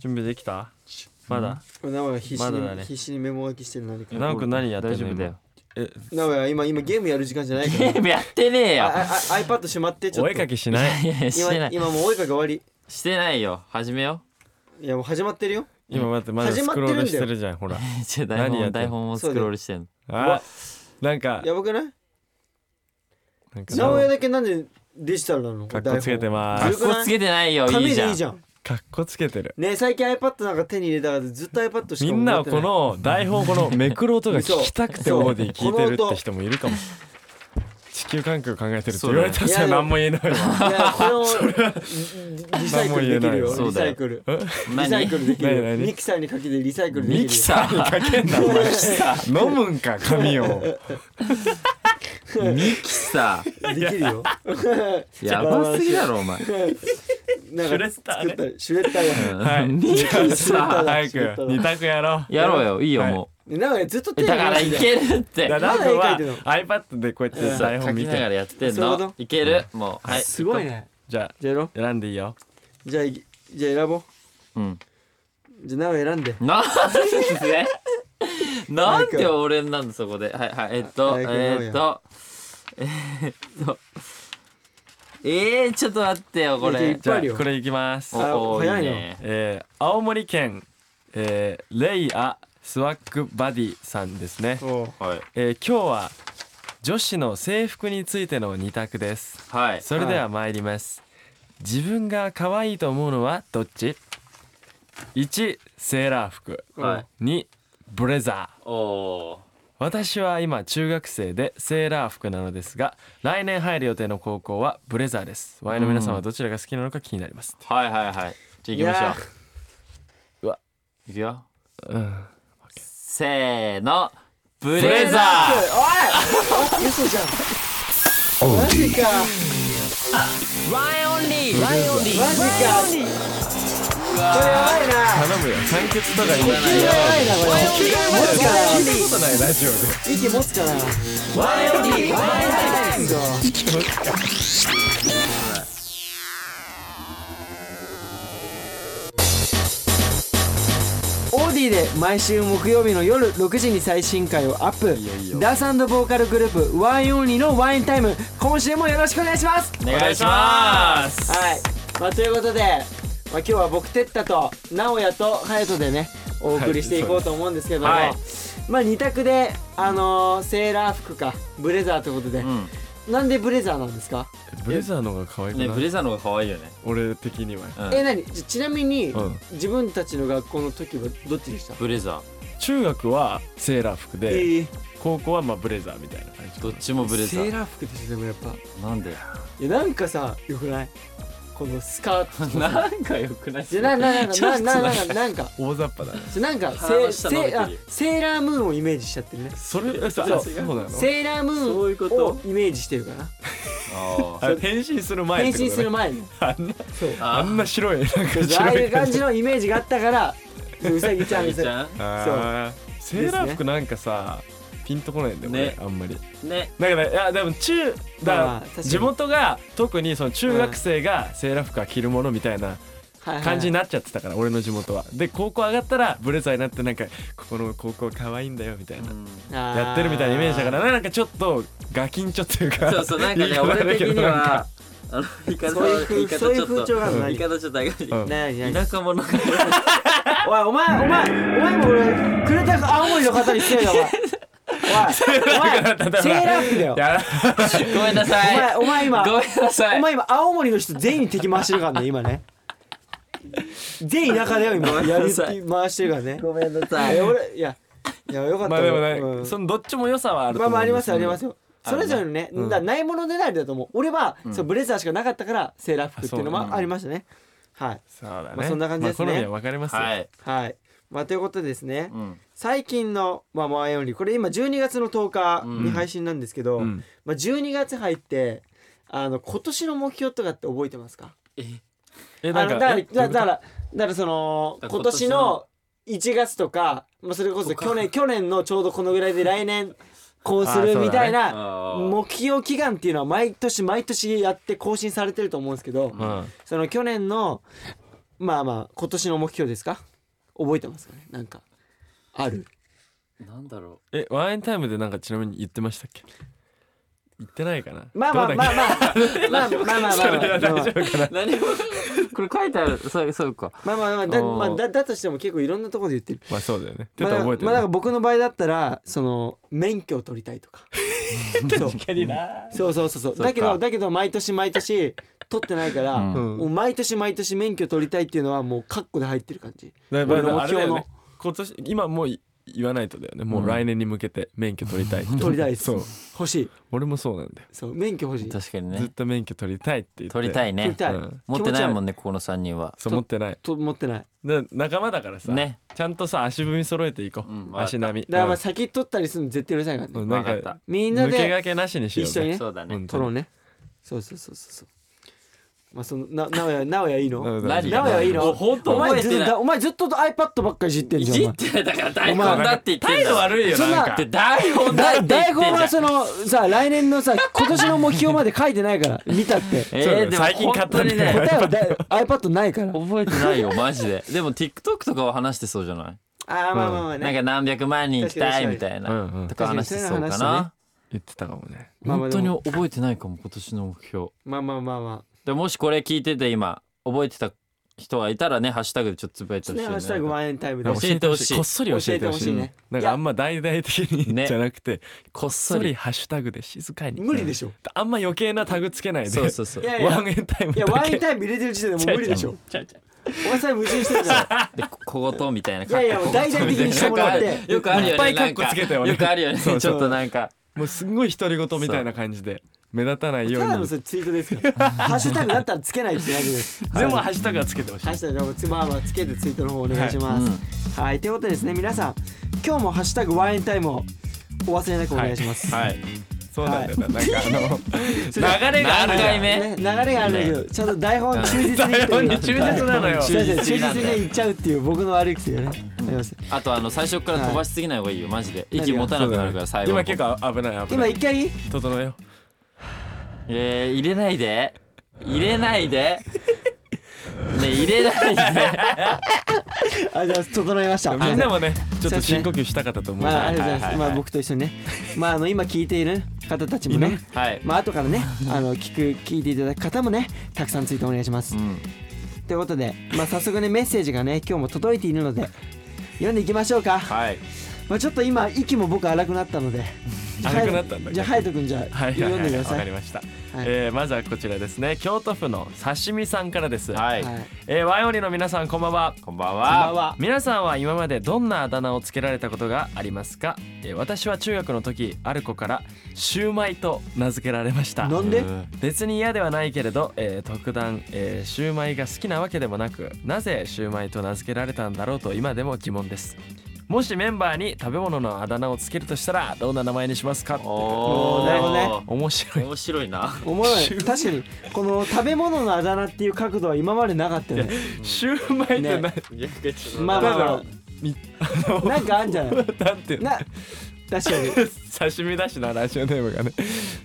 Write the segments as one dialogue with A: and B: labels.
A: 準備できたまだ
B: 名古屋必死
A: ま
B: に、
A: だだね
B: 必死にメモ書きしてる何か
A: 直くん何やってんの
C: 大丈夫だよ
A: 今
B: 名古屋今今ゲームやる時間じゃないから
C: ゲームやってねえよ
B: あああ iPad しまってち
A: え
B: ょ
A: お
B: っ
A: 絵
B: と
A: かきしない
C: いやいやして
B: 今
C: ない
B: 今もうお絵かき終わり
C: してないよ始めよ
B: いやもう始まってるよ
A: 今待ってまだスクロールしてるじゃんほら
C: うちょ台
A: 何やって
C: 本
A: ん
C: 台本もスクロールしてんの
A: あなんか
B: やばくない
A: なんか
B: 名古屋だけなんでデジタルなの
A: かっこつけてま
B: ず
A: す
B: るく
C: こ
B: ない
C: つけてないよい
B: 紙
C: いじ
B: で
C: ゃ
B: いい
C: ん
B: じゃん
A: かっこつけてる
B: ねえ最近 iPad なんか手に入れたからずっと iPad し
A: み
B: か
A: んな
B: 持っ
A: は
B: て
A: この台本 このめくる音が聞きたくて
B: そう
A: オーディ聞いてる
B: この
A: っ
B: 音
A: て人もいるかも地球環境考えてるって
C: そう
A: 言わ
C: だよ
A: れたらさ
B: いやでも
A: 何も言えないわ
B: いやこれをリリサイクルできる
A: 何
B: よリサイクル
C: も言えない
B: リサイ
C: 何
B: クルできる
A: 何
B: よ
A: 何
B: ミキサーにかけてリサイクルできるよ
A: ミキサーにかけんなお前飲むんか髪を
C: ミキサー
B: できるよ
C: やばすぎだろお前
B: なん
A: シュレ
B: か
A: ッダー
B: 作
A: ね
B: ったりシュレッダーが
A: はい
C: ミキ
B: シュレッダー
C: サ
B: だ
A: 早く二択やろう
C: ーやろうよいいよ
A: はい
C: も
B: なんかねずっと手
C: う
B: に
C: だ
B: 入れ
C: か
B: な
C: ら
B: い
C: い
B: じゃん
C: けるって
A: だから
B: まだ絵描いてんの
A: は iPad でこうやって台
C: 書
A: 本見
C: きなが
A: て
C: らやってん
B: そういうこ
C: の
B: と
C: いけるもうはい
B: すごいね
A: じゃあ
B: じゃあやろ
A: 選んでいいよ
B: うじゃあいじゃあ選ぼ
C: うん
B: うじゃあ名古屋選んで
C: なんでなんで俺なんだそこではいはいえっと
B: あ
C: え
B: 早くやろうよ
C: ーっとえーっとえー、ちょっと待ってよこ
B: いやい
C: れ
B: や
A: じゃ
B: ぱい
A: あ
B: あるよ
A: これいきます
B: あ
C: おお
B: 早い
C: い
B: の
C: ね
A: えー青森県、えーレイアスワックバディさんですね、
B: おう
C: はい
A: えー今日は女子の制服についての二択です
C: はい
A: それでは参ります、自分が可愛いと思うのはどっち1セーラー服
C: はい
A: 2ブレザー
C: おお
A: 私は今中学生でセーラー服なのですが来年入る予定の高校はブレザーですワイの皆さんはどちらが好きなのか気になります、
C: ーはいはいはいじゃあ行きましょういくよ
A: うん
C: せーのブ
B: ブ
C: レザー
B: ーおい嘘じゃんマジか
C: ワンオンリーワンオンリ
B: マジかこれやばいな
A: 頼むよ酸欠とか言わない
B: やばいなこれ持つかな
A: たことないラジオで
B: 息持つかなそうオーディで毎週木曜日の夜6時に最新回をアップダンスボーカルグループワインオンリーのワインタイム今週もよろしくお願いします
C: ーお願いします
B: はい、まあ、ということで、まあ、今日は僕テッタと直哉と隼人でねお送りしていこうと思うんですけども、
C: はい
B: まあ2択であのーセーラー服かブレザーということで、
C: うん
B: なんでブレザーなんですか、
A: ブレザーの方が可愛くな
C: ね
A: い、
C: ブレザーの方が可愛いよね
A: 俺的には
C: うん
B: え何ちちなみに、
A: うん
B: 自分たちの学校の時はどっちでした
C: ブレザ
A: 中学はセーラー服で
B: え
A: 高校はまあブレザーみたいな感
C: ー
A: じ
C: どっちもブレザ
B: セー
C: ー
B: ラー服でしょでもやっぱ
C: なんで
B: いやなんかさよくないこのスカー ト
C: なんか良くない
B: じゃななな
C: ちょっ
B: な
C: と
B: なななんか
A: 大雑把だね
B: じゃなんか
C: 鼻の
B: セ
C: 下伸びて
B: セ
C: る
B: あセーラームーンをイメージしちゃってるね
A: それえそう
C: そう
A: あそうなの
B: セーラーム
C: そういうこ
B: ーン
C: と
B: をイメージしてるかな
C: あ
A: あ変身する前
B: 変
A: ってこと
B: 身
A: ね
B: する前に
A: あんなあ
C: あ
A: んな白いなんか
B: そうああ
A: 白
B: いう
A: い
B: 感じのイメージがあったからうさぎちゃん
C: い
B: み
C: い
B: たい
C: じ
B: な
C: ゃ
A: あーセーラー服なんかさピンとこないんだよね
C: ね
A: あんまり
C: んね
A: だからいやでも中だ
B: ま
A: か
B: あ確からに
A: 地元が特にその中学生がセーラー服は着るものみたいな感じに
B: な
A: なっちゃってたから俺の地元はで高校上がったらブレザーになってなんかここの高校可愛いんだよみたいな、やってるみたいなイメージだからなんかちょっとガキンチョっていうか
C: そうそうなんか
A: 言い
C: ね
A: 方だ
C: 俺
A: け
C: 的
A: ど
C: に
A: なん
C: は
A: か
C: あの言い方
B: そういう風
C: 言い方ち
B: そういう
C: ょ
B: 風
C: っ
B: 潮がある
C: と
B: の
C: 言い方ちょっとあ
A: うん
C: が
B: なになに
C: 田舎者が
B: おいお前お前お前も俺くれた青森の方に失礼だお前おいお前セーラー服だよ
A: い や
C: ごめんなさ
B: お前お前
C: い
B: 今
C: ごめんなさい
B: お前今青森の人全員に敵回してるからね今ね全員田舎だよ今
C: ごめん
B: や
C: な
B: る
C: さい
B: 気回してるからね
C: ごめんなさ
B: いや俺いやいやよかった
A: まあでもね、
B: うん
A: そのどっちも良さはあると
B: まあ
A: 思
B: まあありますよあり
A: す
B: ますよそれぞれのね、
A: うん
B: だからないものねだりだと思う俺は、
C: ん
B: そうブレザーしかなかったからセーラー服っていうの
C: あそう
B: も
C: ね
B: ありましたねはい
A: そうだね、
B: まあそんな感じですね
A: まあ好みは分かりますよ、
C: はい
B: はいまあということでですね、
C: うん
B: 最近の「まあ、マイオンリー」これ今12月の10日に配信なんですけど、
A: うん
B: まあ、12月入ってあの今年の目標とかって覚えてますか
C: え
A: え
B: あ
A: なん
B: の
A: か
B: だから
A: え
B: だからだからだからその
C: だから
B: 今
C: 今
B: 年
C: 年
B: の
C: の
B: 1月とか、まあ、それこそ
C: とか
B: 去年去年のちょうどこのぐらいで来年こうす
A: あーそ
B: る
A: うだね
B: みたいな、
C: あー
B: 目標期間っていうのは毎年毎年やって更新されてると思うんですけ
A: う
B: ど、
A: ん
B: その去年のまあまあ今年の目標ですか覚えてますかねなんかある
C: なんだろ
A: えワインタイムでなんかちなみに言ってましたっけ言ってないかな
B: まあまあ
A: どう
B: ま
A: だっ
B: あまあまあまあ まあまあまあまあまあまあ
A: け大丈夫かな
C: う。何も。これ書いてある。そうそうか。
B: まあだまあだだとしても結構いろんなところで言ってる
A: まあそうだよねちょ
B: ま
A: っ
B: あ
A: と
B: だ
A: 覚えて
B: ま
A: る、
B: あだから僕の場合だったらその免許を取りたいとか確かになそうそうそうそう
C: か
B: だけどだけど毎年毎年取ってないから、
A: うん
B: もう毎年毎年免許取りたいっていうのはもうカッコで入ってる感じ
A: だ
B: 俺
A: か
B: の
A: らあれだ
B: 目標
A: よ
B: の
A: ね今年今もうい言わないとだよねもう来年に向けて免許取りたいって
B: 取りたいです
A: そう
B: 欲しい
A: 俺もそうなんだよ、
B: そう免許欲しい
C: 確かに
A: ずっ
C: ね。
A: と免許取りたいって言って
C: 取りたい
B: 取
C: ね
B: り。たい、
A: うん
C: 持ってないもん
B: ね
C: ね、ここの三人は。
A: そう持ってない
B: と持ってない
A: で仲間だからさ、
C: ね
A: ちゃんとさ足踏み揃えていこう、
C: うん
A: 足並み
B: だからまあ先取ったりするの絶対許さないから
A: う
B: ね
A: んなん
C: わかっ
A: か
C: た
B: みんな
A: 抜け
B: で
A: 駆けなしにしよう
B: 一緒にね
C: そうだね。
A: 本当
B: 取
A: に
B: ろうねそうそうそうそうそうまあそのななおやなおやいいの
A: うん
C: 何
B: 名古屋いいの
C: もう本当
B: お前
C: 覚えて
B: ず
C: ない
B: っとお前ずっと iPad ばっかりいじってん
C: い
B: じゃん
C: じ
B: お前
C: ってないだから台
B: お
C: 本
B: 前
C: だって言って
A: 態
C: ん
A: 度
C: だ。
A: 悪いよ
B: そんな
A: なん
C: だ
A: か
C: って台本だって言って
B: 台
C: んじ
B: 本
C: ゃ
B: は
C: ん
B: そのさ来年のさ今年の目標まで書いてない から見たって
C: え
A: そうだ
C: ー
A: よ
C: でも
A: 最近買ったんだよ
C: 本当にね
B: 答えはだ iPad ないからあ
C: 覚えてないよマジででも TikTok とかは話してそうじゃない
B: あまあまあまあ
C: なんか何百万人行きたいみたい
A: 確かに確かにうんう
C: なんとか話してそう
B: 確
C: か
B: かにそういうの話
C: な
A: 言ってたかもね
B: まあまあ
C: 本
B: で
C: 当に
B: も
C: 覚えてないかも今年の目標
B: まあまあまあま
C: でもしこれ聞いてて今覚えてた人がいたらねハッシュタグでちょっとつぶやい
B: あ
C: てほし
B: ね
C: いよ
B: ハ
C: ね
B: ッシュタグ万円タイムで
A: なん
C: 教
A: か
C: えてほしい
A: こっそり教えてほし
B: 教えてほし
A: い
B: いね
A: なんかあんま大々的に、
C: ね
A: じゃなくて
C: こっ
A: こっ
C: そ
A: そり
C: り
A: ハッシュタグで静かに
B: 無理でしょ
A: あんま余計なタグつけないで
C: そうそうそう
B: いや
A: ワンエンタイム
B: い
A: だ
B: やワイ
A: け
B: ンタイム入れてる時点でもう無理でしょお前さえ矛盾してるから
C: でこ小言みたいない
B: やいやもう大々的にしてもらって
C: よくあるよ
A: いっぱ
C: ね
A: い
C: な
A: カ
C: ん
A: ッ
C: か
A: コつけたよね
C: よくあるよねち
A: そ
C: ょ
A: う
C: っ
A: そう
C: となんか
A: もうすんごい独り言みたいな感じで目立たないよ
B: ただ
A: う
B: の
A: に
B: それツイートですから ハッシュタグだったらつけないってだけです
A: でもハッシュタグはつけてほしい
B: ハッシュタグをつまあまあつけてツイートの方お願いします。はい、ということでですね、皆さん、今日もハッシュタグワインタイムをお忘れなくお願いします。
C: はい
A: そうなんだよななんかあの 流れがある
C: 何
A: じゃ
C: 回
A: ん
B: ね、
C: 目
B: 流れがあるんだけど、ちゃんと台本忠実に言って
A: 台本に忠実なのよ
C: 忠
B: 忠実
C: 実なん
B: に
C: だ
B: ね
C: よ
B: 言っちゃうっていう僕の悪い癖がね、あります。
C: あとあの最初から飛ばしすぎない方がいいよマジで息持たなくなるから最後の
A: 今
C: 方
A: 結構危ない危な
B: 今
A: い
B: 一回
A: 整えよ
C: えー、入れないで入れないでね入れないで
B: あじゃあ整えました。
A: うみんな
B: も
A: もねちょっと深呼吸したかったと思う
B: まあありがとうございます。
C: はいはいはい
B: まあ僕と一緒にね、まああの今聞いている方たちも
A: い
B: ね
A: いね。
C: はい、
B: まあ後からね、あの聞く聞いていただく方もね、たくさんツイートお願いします
C: う。ん、
B: ということで、まあ、早速ねメッセージがね今日も届いているので読んでいきましょうか、
C: はい
B: まあ、ちょっと今息も僕荒くなったので
A: 荒くなったんだ
B: じゃあ隼人君じゃあ、
A: はいはい
B: 読ん
A: は
B: で
A: い
B: く
A: わ
B: ださ
A: か
B: い
A: りました
B: はい
A: えーまずはこちらですね京都府の刺身さんからです
C: はい、
B: はい
A: えーワイオリの皆さんこんばんは
C: こんばん
B: こんばん
C: は
B: は
A: 皆さんは今までどんなあだ名をつけられたことがありますか、えー私は中学の時ある子からシューマイと名付けられました
B: なんで
C: うん
A: 別に嫌ではないけれど、えー特段、えーシューマイが好きなわけでもなくなぜシューマイと名付けられたんだろうと今でも疑問ですもしメンバーに食べ物のあだ名をつけるとしたらどんな名前にしますかって
C: お
B: ーなるほどね
A: 面白い
C: 面白いな
B: おもろい確かにこの食べ物のあだ名っていう角度は今までなかったよね
A: シューマイってな、
B: ねま
C: ま
B: あ
C: あ
B: ま
C: ま
B: あ
C: あ
B: ま
A: み
B: あなんかあんじゃない
A: なんていうの
B: な確かに
A: 刺身だしなラジオネームがね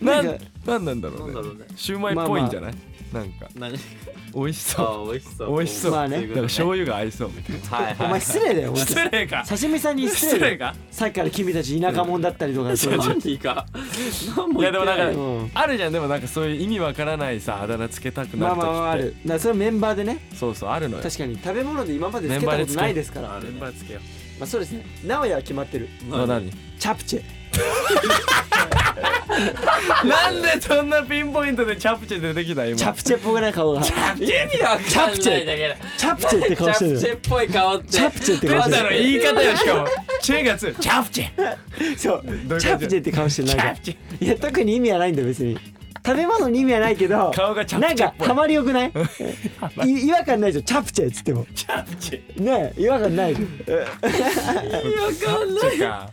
B: な
A: なんん
B: か
A: なんなんだろうね
C: うね
A: シューマイっぽいんじゃない、なんか
C: 何
A: 美味しそう
C: あ美味しそう
A: 美味しそう
B: まあね
C: とい
A: だ
C: うこ
A: か
C: と
A: ら
C: で
A: 醤油が合いそうみたいな
C: はい
B: お
C: は
B: 前
C: い
B: 失礼だよ本当に
A: 失礼か
B: 刺身さんに失礼だ
A: 失礼
B: よ
A: か
B: さっきから君たち田舎者だったりとかそういう の
C: 何が何も
A: いやでもなんか、
B: うん
A: あるじゃんでもなんかそういう意味わからないさあだ名つけたくな
B: ま
A: る
B: あ
A: 時って、
B: まあまああるだからそれメンバーでね
A: そうそうあるのよ
B: 確かに食べ物で今までつけたことないですから
A: メンバーつけよ
B: まあそうですね。名古屋は決まってる。
A: うあ何
B: チャプチェ。
A: なんでそんなピンポイントでチャプチェ出てきた今
B: チャプチェっぽくない顔が。チャ
C: 意味わかんないんだけ
B: プチェって
C: ど
B: 顔
C: チャ
B: してる
C: プ
B: よ
C: チ。ェっぽい顔って
B: チャプチェって
A: なん
B: 顔して
A: だろう
B: る。
A: 言い方よしかもチェがつチャプチェ
B: そう。
A: どういう感じ
B: チャプチェって顔してるなん
A: チャプチ
B: か。いや特に意味はないんだよ別に。食べ物に意味はないけど。
A: 顔がチャプチェっぽい
B: なんかたまりよく ない？い違和感ないでしょ。チャプチェっつっても。
A: チャプチェ
B: ねえ違和感ないでしょ。
C: 意味わかん
A: チ
C: ない
A: ェか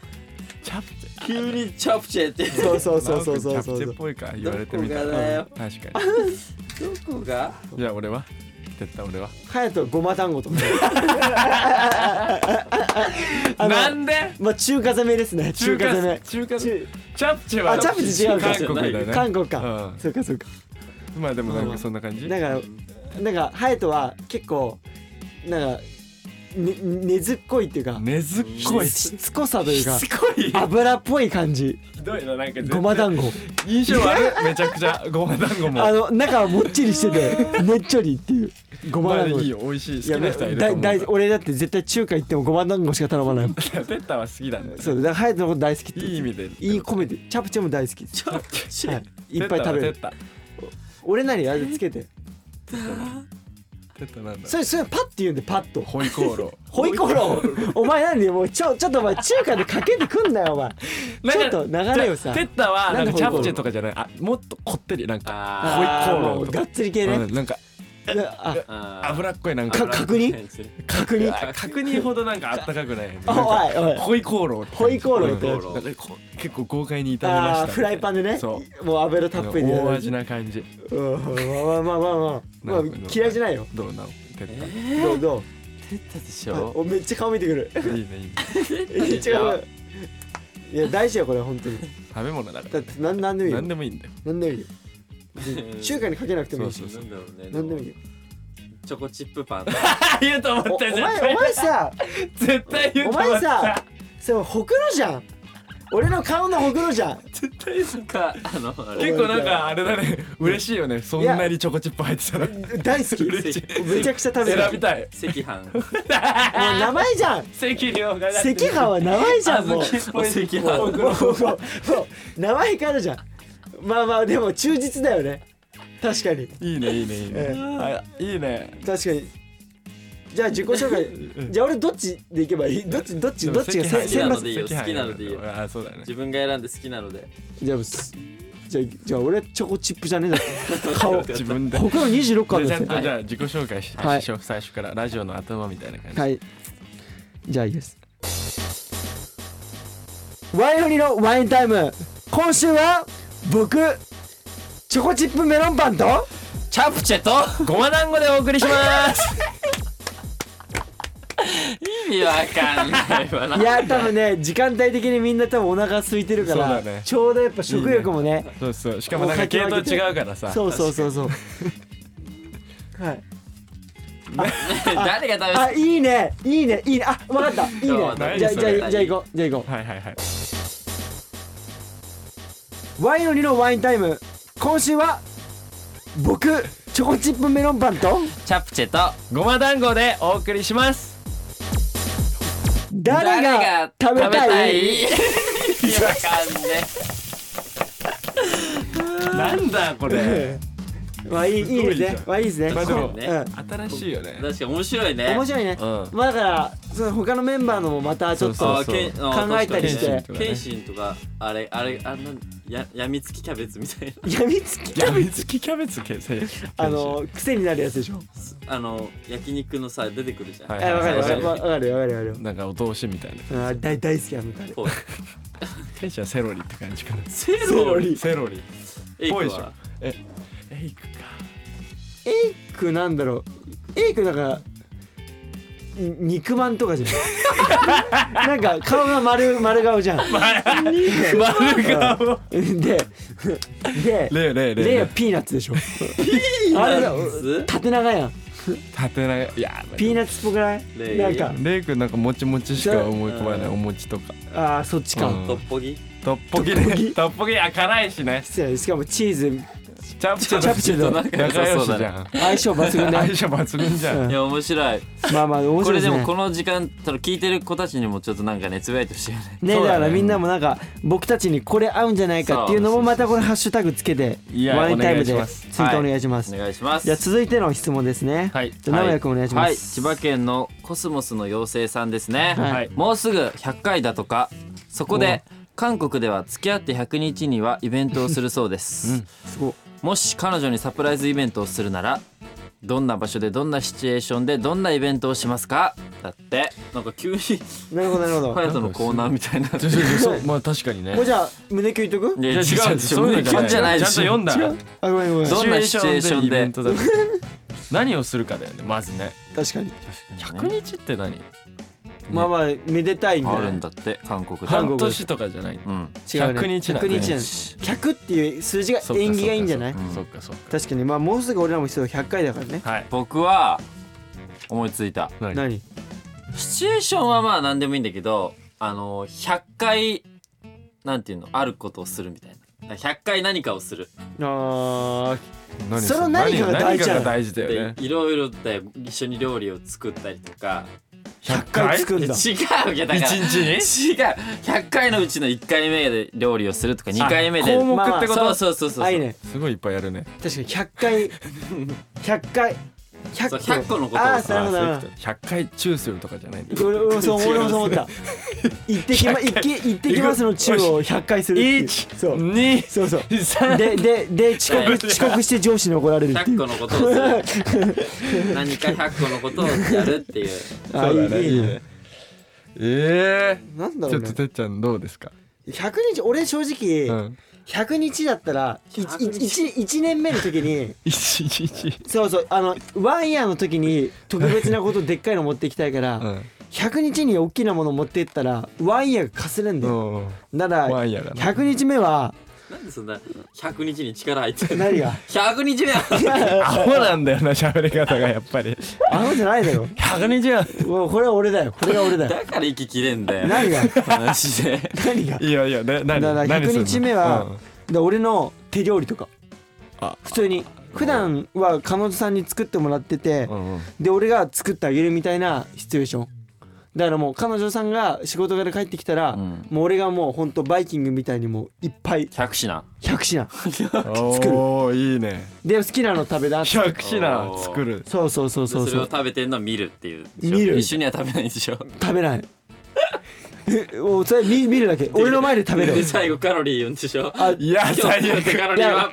A: チャプチェ
C: 急にチャプチェって
B: そうそうそうそうそう
A: チャ
B: そ
A: プチェ
B: う
A: っ。ぽいか言われてみた
C: どこがだ
A: ら
C: よ
A: 確かに
C: どこが
A: じゃあ俺は絶対俺は
B: ハヤトごま団子とか。 あの
A: なんで
B: まあ中華攻めですね。中
A: 中
B: 華
A: 華
B: 攻め。
A: 中華
B: 中
A: チャプチェは
B: あチャプチェ違うか。
A: 韓国だよね
B: 韓国か
A: う。ん
B: そうかそうか。
A: まあでもなんかそんな感じ
B: だからなんかハヤトは結構なんか、ね、根ずっこいっていうか、
A: 根ずっこい
B: しつこさというか
A: しつこい
B: 油っぽい感じ
A: ひどいななんか
B: ごま団子
A: 全然印象悪いめちゃくちゃごま団子も
B: あの中はもっちりして てねっちょりっていうご
A: ま
B: ま
A: あ
B: 団
A: い
B: 子
A: いよ美味しい
B: い
A: 好
B: や
A: きな人はいると
B: だ
A: 思うから
B: だい俺だって絶対中華行ってもごま団子しか頼まない もん
A: ペッターは好きなんだよね
B: そうだからハヤトのこと大好きって
A: いい意味で
B: いい米でチャプチェも大好きチャプチェ、はい、いっぱい食べる
A: ペッターは
B: 俺なりあれつけて
A: ペッターペッターなんだ
B: それそれパッて言うんでパッと
A: ホイコーロー
B: ホイコーローお前なんでもうちょちょっとお前中華でかけてくんなよお前 ちょっと流れをさ
A: ペッターはな
B: な
A: んん
B: で
A: か
B: ホ
A: チャプ
B: イコーロー
A: チェとかじゃないあもっとこってりなんかホイ
C: あ
A: コー
B: あー
A: ロー
B: もう
A: とか
B: がっつり系ね
A: うんなんか
B: あ
C: ーあー
A: 脂っこいなん
B: か
A: か
B: 確認確認
A: あ確認ほどなんかあったかくないよね
B: お
A: なんか
B: いおい
A: ホイコーローって
B: ホイコーローって
C: ホイコーロー
A: なんかこう結構豪快に炒めまし
B: あ
A: た
B: あーフライパンでね
A: そ
B: もう油たっぷりで
A: 大味な感じ
B: うんまあまあまあまあ、まあ
A: なるほど、
B: 嫌いじゃないよ
A: どうなのペッター
B: どうど
A: ペッタでし
B: うあおめっちゃ顔見てくる
A: いいねいいね
B: めっちゃ顔見てくるいや大事よこれ本当に
A: 食べ物だか
B: だってなんなんでもいい
A: ら
B: よ
A: 何でもいいんだよ
B: なんでもいいよ中華にかけなくてもいいし
A: そうそう
C: なんだろうね
B: なんでもいいよ
C: チョコチップパン
A: 言うと
B: お
A: 思
B: お前お前さ
A: 絶対
B: お前さそれほくろじゃん俺の顔のほくろじゃん
C: 絶対そっかあのあれ
A: 結構なんかあれだね嬉しいよねそんなにチョコチップ入って たら
B: 大好き
A: 嬉しい
B: めちゃくちゃ食べて
A: 選
B: る
A: びたい
C: 赤飯
B: もう名前じゃん
A: 席量が
B: 赤飯は名前じゃんもう
C: 小豆っぽい赤
B: もう
C: 飯
B: もうもうもう名前からじゃんまあまあでも忠実だよね確かに
A: いいねいいねいいね
B: え
A: あいいね
B: 確かにじゃあ自己紹介じゃあ俺どっちでいけばいいどっちどっちどっち
A: で
B: が
A: も
B: せ
A: 赤飯
B: 選
C: 好きなので
B: 抜
C: いいよ好きなのでいいよ
A: あそうだね
C: 自分が選んで好きなので
B: じゃあすじゃあじゃあ俺はチョコチップじゃねえだ ろ顔
A: 自分で
B: ほくろ26個あるん
A: じ
B: で
A: ゃ
B: すよ
A: あじゃあ自己紹介し
B: はい
A: しよう最初からラジオの頭みたいな感じ
B: はい。じゃあいいです。ワインフリのワインタイム。今週は僕チョコチップメロン パンと
C: チャプチェと
A: ごま団子でお送りします
C: 意味わかんないわない
B: や多分ね時間帯的にみんな多分お腹空いてるから、
A: そうだね
B: ちょうどやっぱ食欲もね
A: そうそうしかもなんか系統違うからさ
B: そうそうそうそう。はい。
C: 誰が食べ
B: あいいねいいねいいねあわかったいいね。
C: どう
A: も
B: じゃあ
A: 何
B: じゃあ
A: そ
B: じゃ
A: れ
B: あ行こうじゃあ行こう。
A: はいはいはい
B: ワインのりのワインタイム今週は僕チョコチップメロンパンと
C: チャプチェと
A: ごま団子でお送りします
B: 誰が食べたい
C: 意味わかんね
A: なんだこれ
B: まあいいいいです
A: すごい
B: ね
A: じゃん
B: まあいいですね
A: まあでも
B: うん
C: ね
A: 新しいよね
C: 確かに面白いね
B: 面白いね
A: うん
B: まあだからその他のメンバーのもまたちょっ
A: そう
B: と
A: そう
C: あけんあ
B: 考えたりして
C: 確かに謙信とかあれあれあんなややみつきキャベツみたい
B: やみつき
A: やみつきキャベツけせ
B: あの癖になるやつでしょ
C: なあの焼肉のさ出てくるじゃん、
A: はい
B: あわかるわか
A: はい
B: るわかるわかるわかる
A: なんかお通しみたいな
B: あ大大好きあのタレ
C: ぽい
A: 天使はセロリって感じかな
C: セ
B: セロ
C: ロ
B: リ
A: セロリ
C: エイク
A: ぽいでしょ
C: は
A: えエイクか
B: エイクなんだろうエイクだからに肉まんとかじゃないなんか顔が丸丸顔じゃん肉まん
A: 丸顔
B: でで
A: レイレイレイ
B: レイはピーナッツでしょあれだ
C: ピーナッツ
B: 縦長やん
A: 縦長いや
B: ピーナッツっぽくない
C: レイ
B: なんか
A: レイくんなんかもちもちしか思い浮かばないお餅とか
B: ああそっち
A: う
B: か
A: ん
C: トッポギ
A: トッポギねトッポギあ辛いしね
B: そうやねしかもチーズ
A: チャプチェ
B: チャプチェと
C: なんか良
A: 仲
C: さ
A: 良
C: そう
A: し
C: だ
A: じ
C: ね
A: ゃん
B: 相性抜群
A: 相
B: で
A: 性抜群じゃ
B: うんん
C: いや面白い
B: まあまあ面
C: こ
B: 白い
C: れ
B: です
C: で
B: ね
C: もこの時間ただ聞いてる子たちにもちょっとなんかねつぶやいてほしいよ ね
B: ね
A: そうだ
B: だ
A: ね
B: からみんなもなんか僕たちにこれ合うんじゃないかっていうのもまたこれハッシュタグつけて
A: いや
B: ワインタイムで
A: お
B: ツ
A: 願
B: イ
A: いします
B: ートお願いします
C: お願いします
B: じゃあ続いての質問ですね。
A: はい
B: じゃあ名古屋君お願いします。
C: はい、千葉県のコスモスの妖精さんですね、
A: はい
C: もうすぐ100回だとかそこで韓国では付き合って100日にはイベントをするそうです、
B: すごい
C: もし彼女にサプライズイベントをするならどんな場所でどんなシチュエーションでどんなイベントをしますかだってなんか急に
B: なるほどなるほど。
C: ハヤトのコーナーみたい な
A: ちょちょちょそうまあ確かにね
B: もうじゃあ胸キュンいっとく
C: いや
A: いや違うでしょそういうの
C: じゃない
A: ち
C: で
A: ゃんと
C: しょ
A: 読んだ
B: 違うあごめんごめん。
C: どんなシチュエーションで
A: イベトだ と何をするかだよねまずね
B: 確かに。
A: 100日って何
B: まあまあめでたいんだ
C: あるん
B: よ。
C: だって韓国で
A: 半年とかじゃない
C: うん
B: 違うね
A: 100日なんだ
B: 100日なんだ100っていう数字が縁起がいいんじゃない
A: そっかそっかそっか
B: 確かにまあもうすぐ俺らも一度100回だからね。
A: はい
C: 僕は思いついた
A: 何
B: 何
C: シチュエーションはまあ何でもいいんだけどあの100回なんていうのあることをするみたいな100回何かをする
B: あ
A: 何
B: その何かが
A: 何
B: 大事な
A: か
B: の
A: が大事だよ
C: で
A: ね
C: いろいろだよ一緒に料理を作ったりとか
B: 100回作
C: い
B: る
C: や
B: んだ
C: 違ういやだ
A: 一
C: から
A: 日に
C: 違う100回のうちの1回目で料理をするとか2回目で
A: 項目
B: まあまあ
A: ってこと、
C: そうそうそうそう
B: あいいね
A: すごいいっぱいやるね
B: 確かに100回 100回100
C: そう
B: 個
C: 100個のことを
B: ああ
C: さ
B: なるほどなる
A: あ
B: ほ
A: そういうこと100回チューするとかじゃない
B: ど俺もそう俺もそう思った行ってきま行って行ってきますの中を100回するっていう
A: 1
B: そう
A: 2
B: そうそう
A: 3
B: ででで遅刻遅刻して上司に怒られるってい
C: 100
B: う
C: 個のことをする何か100個のことをやるっていう
B: あいいねいいね
A: え
B: なん
A: え
B: だ
A: ち
B: ろ
A: ょっ
B: う
A: と
B: ね
A: てっちゃんどうですか、
B: 100日俺正
A: う
B: 直
A: ん、
B: 100日だったら
C: 100日
B: 1, 1年目の時に
A: 1日、
B: そうそうあのワンイヤーの時に特別なことでっかいの持っていきたいから、
A: うん
B: 100日に大きなもの持ってったらワンイヤーがかすれんだよ、
A: うん
B: なら
A: ワンイヤーだな
B: 100日目は
C: なんでそんな100日に力入ってる
B: 何が
C: 100日目は
A: アホなんだよな喋り方がやっぱり
B: アホじゃないだろ
A: 100日は
B: もうこれは俺だよこれが俺だよ
C: だから息切れんだよ
B: 何が
C: マジで
B: 何が
A: いやいやな何
B: だから
A: 何するの
B: 100日目は、
A: うん
B: で俺の手料理とか
A: あ
B: 普通に普段は彼女さんに作ってもらってて
A: うんうん
B: で俺が作ってあげるみたいなシチュエーションだからもう彼女さんが仕事から帰ってきたら、
C: ん
B: もう俺がもうほんとバイキングみたいにもういっぱい
C: 100品
B: 100品作る
A: おーいいね
B: で好きなの食べな って
A: 100品作る
B: そうそうそうそう
C: それ
B: そ
C: を
B: う
C: 食べてんの見るっていうでしょ
B: 見る
C: 一緒には食べないでしょ
B: 食べないえおそれ見見るだけ俺の前で食べる
C: で最後カロリー言うんでしょ
B: あ
A: いや
C: 今日
A: 最
C: 食べた
A: 悪
C: カロリーは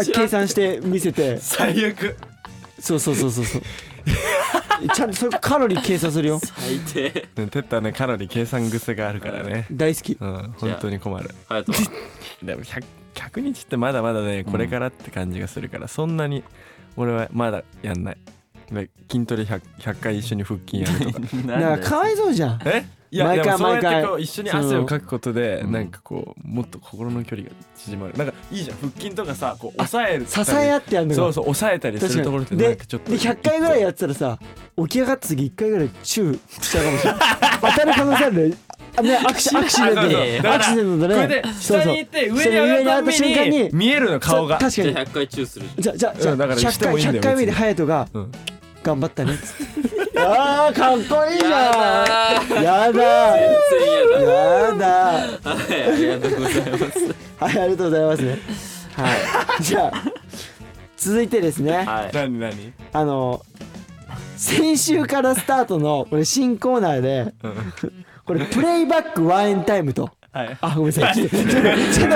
B: あ計算して見 せて
A: 最悪
B: そうそうそうそうそうちゃんとそれカロリー計算するよ
C: 最 低
A: ねてったねかなり計算癖があるからね
B: 大好き
A: うん本当に困る
C: 隼人は
A: でも 100, 100日ってまだまだねこれからって感じがするから、そんなに俺はまだやんないで筋トレ 100, 100回一緒に腹筋やると か
B: なんかかわいそうじゃん
A: えいや
B: 毎
A: で
B: 回
A: もそうやっ
B: 毎
A: て
B: 回
A: こう一緒に汗をかくことで
C: うん
A: なんかこうもっと心の距離が縮まるなんかいいじゃん腹筋とかさこう抑える
B: 支え合ってやるのが
A: そうそう抑えたりするところって
B: で
A: なん
B: で
A: かちょっと一個
B: 100回ぐらいやってたらさ起き上がった次1回ぐらいチューしたかもしれない当たる可能性あるねあねアクシアクシデント
A: あそうそうだか
B: だ
A: ら
B: アクシデン
A: これで下
B: トだね
A: に行って上に上がった瞬
B: 上
A: 間
B: に上がった瞬
A: に
B: 間に
A: 見えるの顔が
B: そう確かに
C: 100回チューするじ
B: じゃじゃじゃ
A: うんだからし
B: 100
A: ても
B: 回
A: いいんだよ
B: 100回目で
A: 別に
B: 隼人が
A: うん
B: 「頑張っ たね」あーかっこいいじ
C: ゃん
B: ゃん や
C: やだー
B: だー
C: 全然嫌だ
B: やだー
C: はいありがとうございます
B: はいありがとうございますねはい じゃあ続いてですね
C: はい
A: 何何
B: あの先週からスタートのこれ新コーナーで
A: うん
B: これプレイバックワインタイムと
A: はい
B: あごめんなさいちょっとちょっと待ってちょっ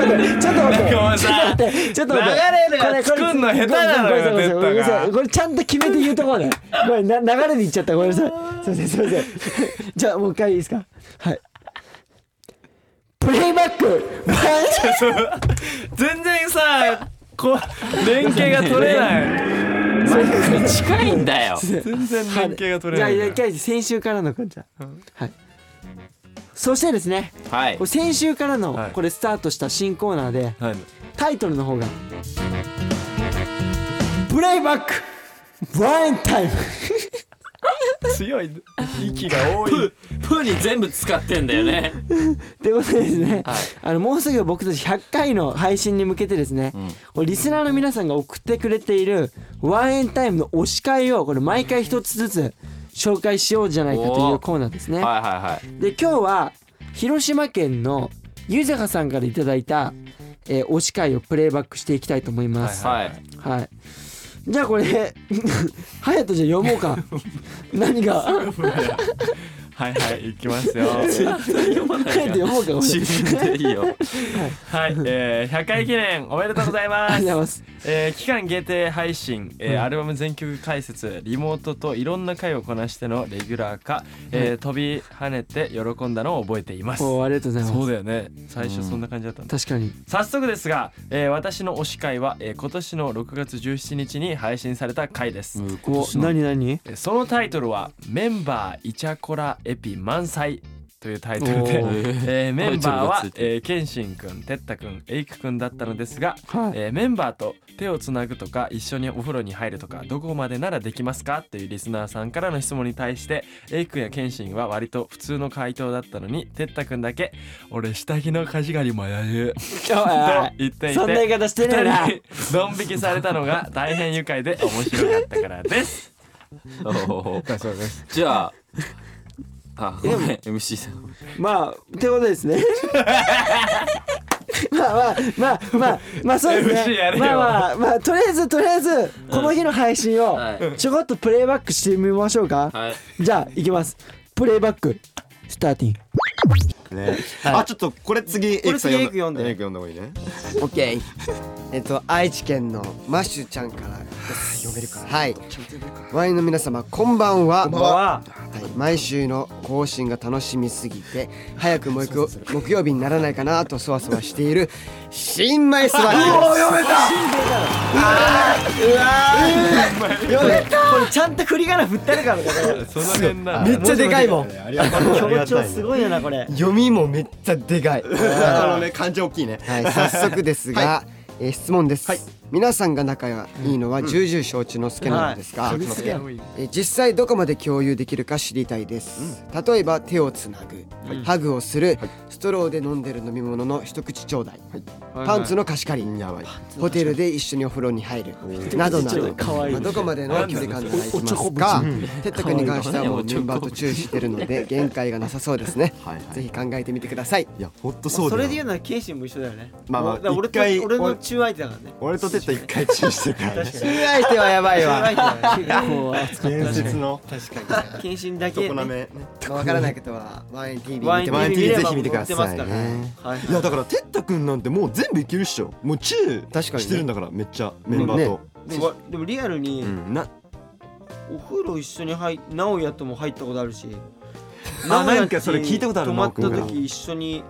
B: と待って
A: なんかもう
B: ちょっと
A: さ
B: 待ってちょっと待って
A: 流れるやつ作んの下手なのよ
B: ごめんなさいごめんな
A: 哲太
B: さ
A: が
B: いごめんなさいこれちゃんと決めて言うところねごめんな流れで言っちゃったごめんなさいすいませんすいませんじゃあもう一回いいですかはいプレイバックワイン
A: 全然さこう連携が取れない
C: 近いんだよ
A: 全然連携が取れ
B: じ
A: な
B: ゃあ
A: い
B: 一回先週からの感じだ、はいそしてですね
C: はい
B: これ先週からの
A: はい
B: これスタートした新コーナーで
A: はい
B: タイトルの方が「プレイバックワイン タイム
A: 強い息が多い
C: プーに全部使ってんだよね」
B: ということでですね、
C: はい
B: あのもうすぐ僕たち100回の配信に向けてですね、これリスナーの皆さんが送ってくれているワインタイムの推し会をこれ毎回一つずつ紹介しようじゃないかというコーナーですね。
C: はいはい
B: で今日は広島県のゆざかさんからいただいた、えー推し会をプレイバックしていきたいと思います。
C: はいはい
B: はい、じゃあこれ隼人じゃあ読も うか何 が隼
A: はいはい行きます よ
C: 読まな
B: 人
C: い
B: 読もうかこれ
C: 自分でいいよ
A: はい、えー、100回記念おめでとうござい
B: あり
A: ま
B: がとうご
A: す
B: ざいます
A: えー期間限定配信、えー
B: うん
A: アルバム全曲解説リモートといろんな回をこなしてのレギュラー化、えー飛び跳ねて喜んだのを覚えています
B: おーありがとうござい
A: そう
B: ます
A: だよね最初そんな感じだったんだ、
B: 確かに
A: 早速ですが、えー私の推し会は、えー今年の6月17日に配信された回です、
B: お何何
A: えーそのタイトルは「メンバーイチャコラエピ満載というタイトルで
B: お、
A: えーメンバーは
C: タイトルがつい、てる
A: えー、ケンシンくん、テッタくん、エイクくんだったのですが、
B: はい
A: えーメンバーと手をつなぐとか一緒にお風呂に入るとかどこまでならできますかというリスナーさんからの質問に対してエイくんやケンシンは割と普通の回答だったのにてったくんだけ「俺下着のかじがりもやる」と言ってい
B: そんな言い
A: て
B: 方してねえな
A: 2人にドン引きされたのが大変愉快で面白かったからです。
C: おー
A: そうです
C: じゃあ あごめん MC さん
B: まあってことですね まあまあまあまあまあそうです
A: MC やれよ
B: ねまあまあまあとりあえずとりあえずこの日の配信を
C: はい
B: ちょこっとプレイバックしてみましょうか
C: はい
B: じゃあいきますプレイバックスターティン
D: ね、あちょっとこれ次エイクさん
E: 次エ
D: 読
E: イク読んで
D: エイク読んだ方がいいね
E: オッケー。えっと愛知県のマッシュちゃんからです。読めるかな。はい。ワインの皆様こんばんは。
B: こんばんは
E: はい、毎週の更新が楽しみすぎて早く木曜木曜日にならないかなとそわそわしている新米スバル
B: これちゃんと振り仮名振ってるからね
A: その辺な
E: めっちゃでかいもん
D: ありがとうあり
B: 強
D: がた
B: 調
D: い
B: す
D: ね
B: ごいよなこれ
E: 読みもめっちゃでかい
D: あのね感情大きいね
E: はい、早速ですが、えー質問です、皆さんが仲がいいのは重々承知の助なのですが、えー実際どこまで共有できるか知りたいです、例えば手をつなぐ、ハグをする、ストローで飲んでる飲み物の一口ちょうだい、パンツの貸し借り、
D: やばい
E: ホテルで一緒にお風呂に 入るなどなど
B: かわいい
E: まあどこまでの距離感でできますかてったくんに関してはもうメンバーと注意してるので限界がなさそうですね
D: はいはい
E: ぜひ考えてみてください
D: いやほんとそうだよ
F: それで言うならケイシンも一緒だよね
D: まあまあ
F: だから俺
D: 一回
F: と俺の中相手だからね
D: 俺とテッタ一回チンしてるからね
E: 注意相手はやばいわ
F: 中相手だよね
B: 結構熱かっ
D: 伝説の
F: 検診だけね
D: 常滑ね
E: まあわからないことはワイン TV
F: ワ
E: 見
F: イ
E: て
F: ン
E: もらっ
D: ワイン
E: て
D: TV
F: 見
D: ぜ
F: れば
D: ひ見てください
F: 載ってま
D: ね
F: はい
D: いやだからテッタくんなんてもう全部いけるっしょもうチュー
E: 確かにね
D: してるんだからめっちゃメンバーと
F: でもでもリアルに
D: うんな
F: お風呂一緒に入っ直哉とも入ったことあるし
D: あ
F: 直哉
D: なんかそれ聞いたことある
F: 泊ま
D: な
F: った時一緒に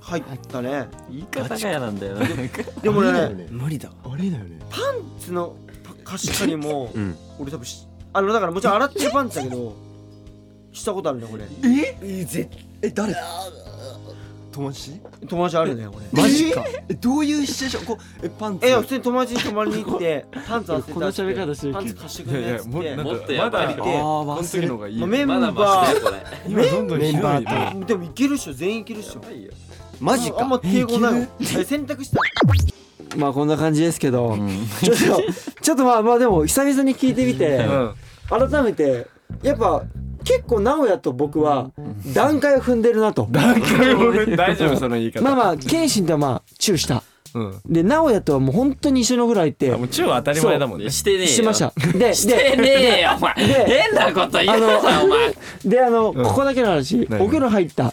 F: 入ったね
C: 言い方が嫌なんだよななんか
F: でも
D: あれだよ
F: ね
D: ね
E: 無理だ
D: あれだよね
F: その貸し借り も
D: うん
F: 俺多分しあのだからもちろん洗ってるパンツだけどしたことあるねこれ
D: えぜえ誰友達
F: 友達あるねこれ
D: マジかえどういうシチュエーションこうえパンツ
F: えいや普通に友達に泊まりに行ってパンツ合わせて
B: この喋り方してる
F: パンツ貸してく
A: いやい
F: れないっ
A: や
F: つっ
A: もう
F: て
A: なんか
C: もっとやばい
A: まだ
F: あ
A: こ
F: ー
A: の時の方がいいよ
F: メンバ
C: まだマシだよこれ
A: 今どんどんひどいよ
E: メンバー
F: でもいけるっしょ全員いけるっしょ
E: マジ
F: あんま
E: か
F: 抵抗ないわえ選択した
B: たまあこんな感じですけどちょっとちょっとまあまあでも久々に聞いてみて
A: うん
B: 改めてやっぱ結構直哉と僕は段階を踏んでるなと
A: 段階を踏む大丈夫その言い方
B: まあまあ謙信とはまあチューした
A: うん
B: で直哉とはもう本当に一緒のぐらいって
A: あもう中は当たり前だもんね
C: してねえよ
B: してましたで
C: してねえよお前
B: で
C: 変なこと言うな
B: あの
C: お前
B: でであの
A: うん
B: ここだけの話
A: 何
B: お風呂入った
A: う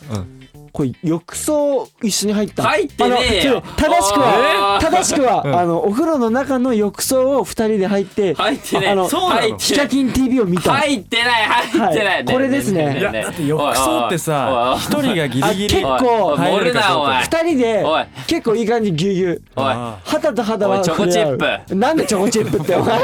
B: これ浴槽一緒に入った
C: 入ってねえ
B: あの
C: よ
B: ちょっと正しくは
C: あー
B: 正しく
A: うん
B: はあのお風呂の中の浴槽を二人で入って
C: 入ってねえ
B: あの
C: そうなの
B: ヒカキン TV を見た
C: 入ってない入ってない、
B: はいこれですね
A: いやだって浴槽ってさ一人がギリギリ
B: あ結構
C: 盛るなお前
B: 二人で
C: おい
B: 結構いい感じぎゅうぎゅう
C: おい
A: あ
B: 肌と肌は
C: おいチョコチップ
B: 触れ合うなんでチョコチップってお前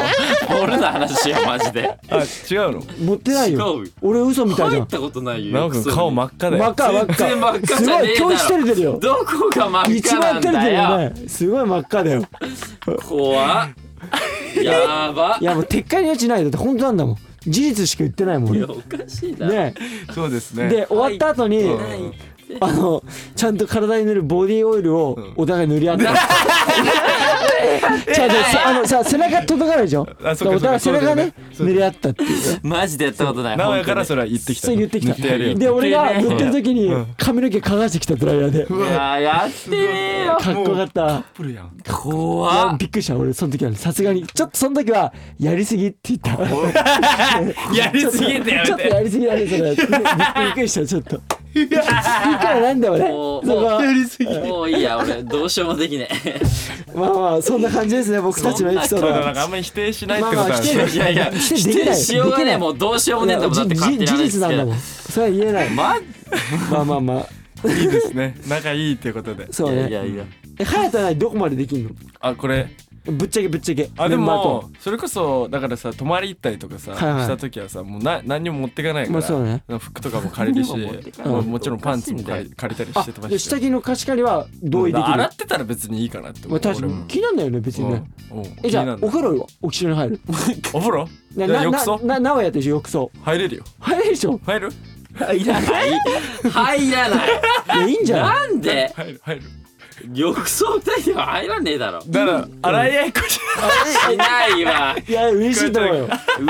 C: 盛るな話よマ ジで
A: あ違うの
B: 持ってないよ
C: 違う
B: 俺嘘みたいじ
C: 入
B: ゃん
C: ったことないよ
A: なおくん顔真っ赤だよ
B: 真っ赤真っ
C: 全然真っ
B: 赤
C: 赤
B: す
C: じ
B: ご
C: ゃね
B: い
C: え
B: 今
C: だろ
B: 日してる出るよ
C: どこが真っ
B: 一
C: 赤な
B: 番
C: ん
B: 照れ
C: だ
B: てるよ
C: よ
B: ねすごい真っ赤だよ
C: 怖っやば
B: いやもう撤回の余地ないよだって本当なんだもん事実しか言ってないもん
C: い
B: 俺
C: やおかしいだろ
B: ね
A: そうですね
B: で終わった後に
A: うん
B: あのちゃんと体に塗るボディオイルをお互い塗り 合った違う違うさあのさ背中届かないでしょ
A: あそっか
B: お互い
A: そ
B: 背
A: っか
B: 中ね
A: そうだよねそうだよね
B: 塗り合ったっていう
C: マジでやったことない
A: 名古
C: 本
A: 屋からそれは言ってきた
B: そう言ってきた
A: 塗やるよ
B: で俺が塗ってる時に
A: うん
B: 髪の毛かがしてきたドライヤーで
C: 当にいややってねえよ
B: かっこよかった
A: プルやん
B: い
C: 怖
B: や
C: っ
B: びっくりした俺その時はねさすがにちょっとその時はやりすぎって言った
A: やりすぎてや
B: ちょ
A: め
B: っとや
A: て
B: りすぎだねそれびっくりしたちょっといくらなんでもね
C: もう
B: そこは
A: りすぎ
C: もういいや俺どうしようもできねえ
B: まあまあそんな感じですね僕たちのエピソード
A: だからな
B: は
A: んかあんまり否定しないって
B: ま
A: こ
B: あ
A: と
B: ま
A: なん
B: あ
A: です
B: 否
A: ね
B: 定
C: いやいや
B: 否定
C: 否
B: でき
C: 定
B: ない
C: しようが
B: でき
C: ね
B: な
C: え
B: い
C: もうどうしようも
B: い
C: ねえ
B: や
C: んだもんだって
B: じ
C: 勝手
B: じ
C: にや
B: 事
C: らない
B: 実なんだ
C: ですけど
B: もんそれは言えない
C: ま
B: まあまあまあ
A: いいですね仲いいってことで
B: そう
C: いやい
B: ね
C: やいや
B: え隼人はどこまでできんの
A: あこれ
B: ぶっちゃけぶっちゃけ
A: あで
B: メンバーと
A: もそれこそだからさ泊まり行ったりとかさ、
B: はいはい
A: した時はさもうな何にも持ってかないから、
B: まあそうね
A: 服とかも借りるし
C: 何にも持ってか
B: ない
A: もうもちろんパンツも借り借りたりしてま
B: で
A: したよ
B: 下着の貸し借りは同意でき
A: 洗
B: る
A: ってたら別にいいかなって思
B: ま
A: う
B: あ確か
A: 俺
B: に
A: も
B: 気になんないよね別にね
A: うんうん
B: えじゃ
A: 気に
B: あ
A: なる
B: お風呂はお口に入る
A: お風呂
B: な
A: じゃあ
B: な
A: 浴
B: な
A: 槽
B: な名古屋と一緒浴槽
A: 入れるよ
B: 入れるでしょ
A: 入る
C: 入らない入らない
B: いやいいんじゃない
C: なんで
A: 入る入る
C: 浴槽二人では入らねえだろ
A: だから洗い合いこじ
C: しないわ
B: いや嬉しいと思うよ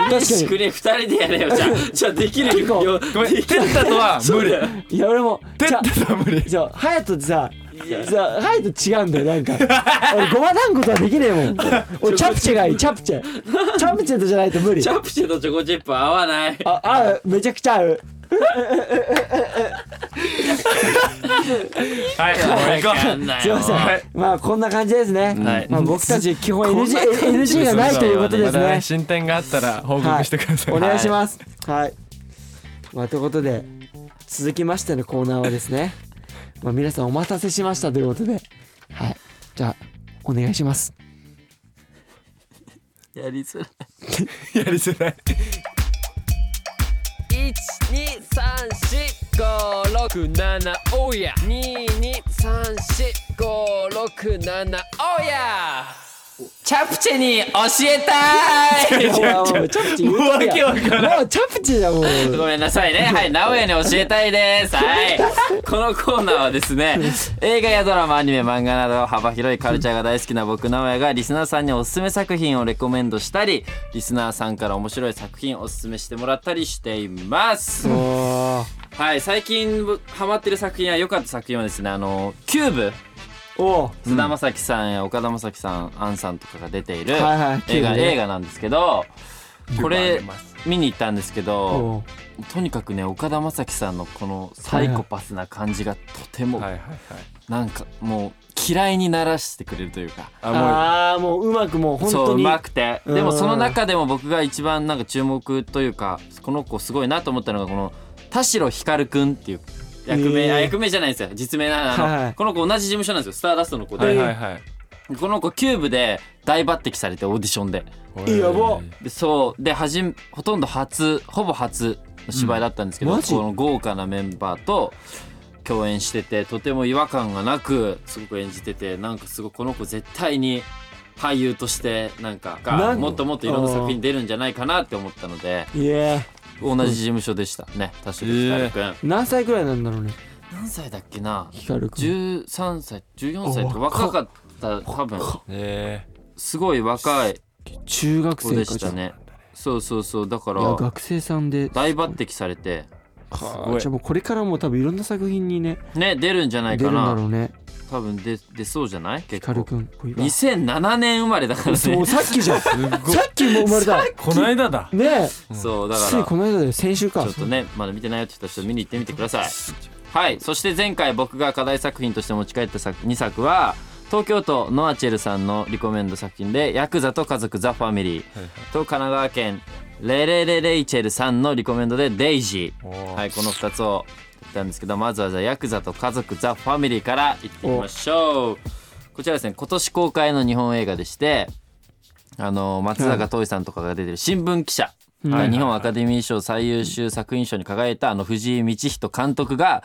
C: 嬉しくね二人でやれよじゃあじゃあできる
B: 構
C: よ
A: ごめ ん
C: できる
A: テッタとは無理
C: そうだよ
B: いや俺も
A: テ
B: じゃ
A: ッタとは無理
B: じゃあ隼人ってさ
C: いや
B: じゃあ隼人違うんだよなんか俺ごま団子とはできねえもん俺チャプチェがいいチャプチェチャプチェとじゃないと無理
C: チャプチェとチョコチップ合わない
B: あ合うめちゃくちゃ合う
A: はいもう行こう
B: すいません、
A: はい
B: まあこんな感じですね、
A: はい
B: まあ僕たち基本
C: こん
B: NG,
C: な感じ
B: NG がないということです
A: まだ
B: ね
A: ね進展があったら報告してください、
B: お願いしますはい、まあということで続きましてのコーナーはですねまあ皆さんお待たせしましたということではいじゃあお願いします
C: やりづらい
A: やりづらい
G: 123456おや223456おやチャプチェに教えたい
B: もうもうもうチャプチェ言うてるやんもうチャプチェだもん
C: ごめんなさいね。はい、名古屋に教えたいです。はい。このコーナーはですね、映画やドラマ、アニメ、漫画など幅広いカルチャーが大好きな僕、名古屋がリスナーさんにおすすめ作品をレコメンドしたり、リスナーさんから面白い作品をおすすめしてもらったりしています。
B: おー
C: はい、最近ハマってる作品や良かった作品はですね、あの、キューブ。
B: おー
C: 菅田将暉さんや岡田将暉さん、杏さんとかが出ている映
B: はいはいキュー
C: 画
B: ブね
C: 映画なんですけど、これ
A: 出ます
C: 見に行ったんですけど、
B: おー
C: とにかくね岡田将生さんのこのサイコパスな感じがとても、
A: はいはいはい
C: なんかもう嫌いにならしてくれるというか
A: あもう
B: ああもううまくもう本
C: そう
B: 当
C: う
B: に
C: まくて
B: うん
C: でもその中でも僕が一番なんか注目というかこの子すごいなと思ったのがこの田代ひかるくんっていう役名、
B: えー
C: あ役名じゃないんですよ実名なあの、
B: はいはい
C: この子同じ事務所なんですよスターダストの子で、
A: はいはいはい
C: この子キューブで大抜擢されてオーディションで
B: いいやば
A: おい
C: でそうではじんほとんど初ほぼ初の芝居だったんですけど、
B: うんマジ
C: この豪華なメンバーと共演しててとても違和感がなくすごく演じててなんかすごいこの子絶対に俳優としてなんか
B: なん
C: もっともっといろんな作品出るんじゃないかなって思ったので
B: いや
C: 同じ事務所でしたね田代ひかるくん、
B: 何歳くらいなんだろうね
C: 何歳だっけな
B: ヒカルくん
C: 13歳14歳って若かった多分
A: え
C: すごい若い
B: 中学
C: 子
B: 生
C: で
B: か
C: し
B: じゃ
C: た
B: あ
C: ねそうそうそうだか
B: いや
C: ら
B: 学生さんで
C: 大抜擢されて
A: す
B: は
A: ご
B: あ
A: い
B: じゃあもうこれからも多分いろんな作品にね
C: ね出るんじゃな
B: 出る
C: いか
B: んだろ
C: な
B: うね
C: 多分出出そうじゃない
B: ヒ
C: 結
B: カル
C: 構
B: くんこういう
C: 2007年生まれだからね
B: そうさっき じゃんさ っきもう生まれた
A: この間だ
B: ねえ
C: そうだ
B: つ
C: か
B: い
C: ら
B: この間だよ先週か
C: ちょっとねまだ見てないよって人はちょっと見に行ってみてくださいはいそして前回僕が課題作品として持ち帰った作2作は東京都ノアチェルさんのリコメンド作品で「ヤクザと家族ザ・ファミリー」と神奈川県レレレレイチェルさんのリコメンドで「デイジー」はいこの2つを言ったんですけどまずはじゃあ「ヤクザと家族ザ・ファミリー」からいってみましょうこちらですね今年公開の日本映画でしてあの松坂桃李さんとかが出てる新聞記者が日本アカデミー賞最優秀作品賞に輝いたあの藤井道人監督が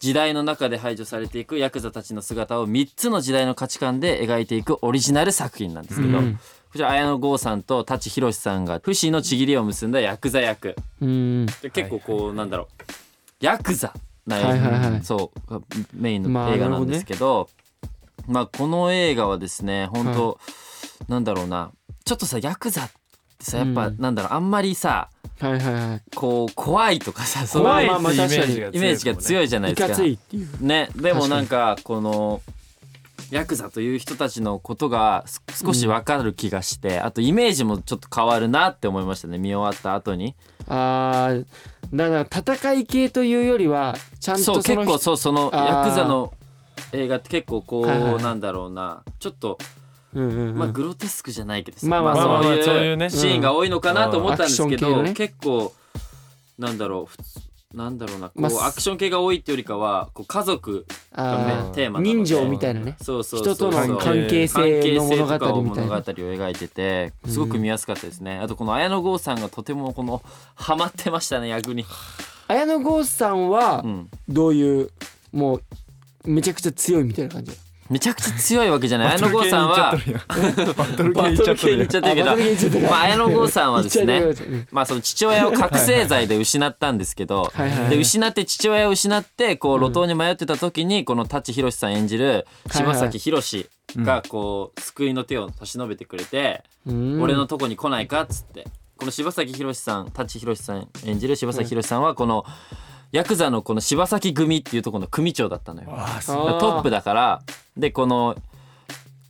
C: 時代の中で排除されていくヤクザたちの姿を3つの時代の価値観で描いていくオリジナル作品なんですけど、こちら綾野剛さんと舘ひろしさんが不死のちぎりを結んだヤクザ役
B: うん
C: で結構こう、なんだろうヤクザな、
B: はいはいはい
C: そうメイン
B: ま
C: の
B: あ
C: 映画なんですけど,、まあこの映画はですね本当、なんだろうなちょっとさヤクザってさやっぱ、
B: うん
C: なんだろうあんまりさ
B: はいはいはい
C: こう怖いとか さそう
B: 怖
C: い
B: いうまあまあ確かに
C: イメージが強
A: い
C: いじゃない
B: い
C: です
B: か
C: か。
B: ついっていう
C: ね、でもなんかこのヤクザという人たちのことがす少し分かる気がして、あとイメージもちょっと変わるなって思いましたね見終わった後に
B: あーだから戦い系というよりはちゃんと
C: そう
B: そ
C: 結
B: の
C: 構
B: 人
C: そうその
B: あー
C: ヤクザの映画って結構こう、
B: はいはい
C: なんだろうなちょっと
B: うんうんうん
C: まあグロテスクじゃないけどさ、
B: まあまあ
A: まあまあまあ
C: そう
A: そう
C: い
A: いううね
C: シーンが多いのかなと思ったんですけ
B: うん
C: ど、
B: アクション系のね
C: 結構なんだろう普通なんだろうなこう、
B: まあ
C: アクション系が多いってよりかはこう家族
B: あ
C: テーマ
B: ー
C: なの
B: 人
C: で
B: 情みたいなね
C: そうそうそう
B: 人との関係
C: 関係
B: 性の
C: 性
B: 物
C: とか
B: 語
C: を
B: みた
C: 物
B: い
C: 語を
B: な
C: 描いててすごく見やすかったですね、あとこの綾野剛さんがとてもこのハマってましたね役に、
B: 綾野剛さんは
C: うん、
B: どういうもうめちゃくちゃ強いみたいな感じ
C: めちゃくちゃ強いわけじゃない 綾野剛さんは
A: バトル系
C: バ
A: いっ
C: ト
A: ちゃ
C: ル
A: って
C: 系に
A: る
C: 行っちゃってるけどまあ綾野剛さんはですね
B: 言っちゃいけない
C: まあその父親を覚醒剤で失ったんですけど、
B: はいはいはい
C: で失って父親を失ってこう路頭に迷ってた時にこの舘ひろしさん演じる柴崎宏がこう救いの手を差し伸べてくれて、
B: うん
C: 俺のとこに来ないかっつってこの柴崎宏さん舘ひろしさん演じる柴崎宏さんはこのヤクザのこの柴崎組っていうところの組長だったのよ。
A: あー
B: あ
A: す
B: ー
C: トップだからでこの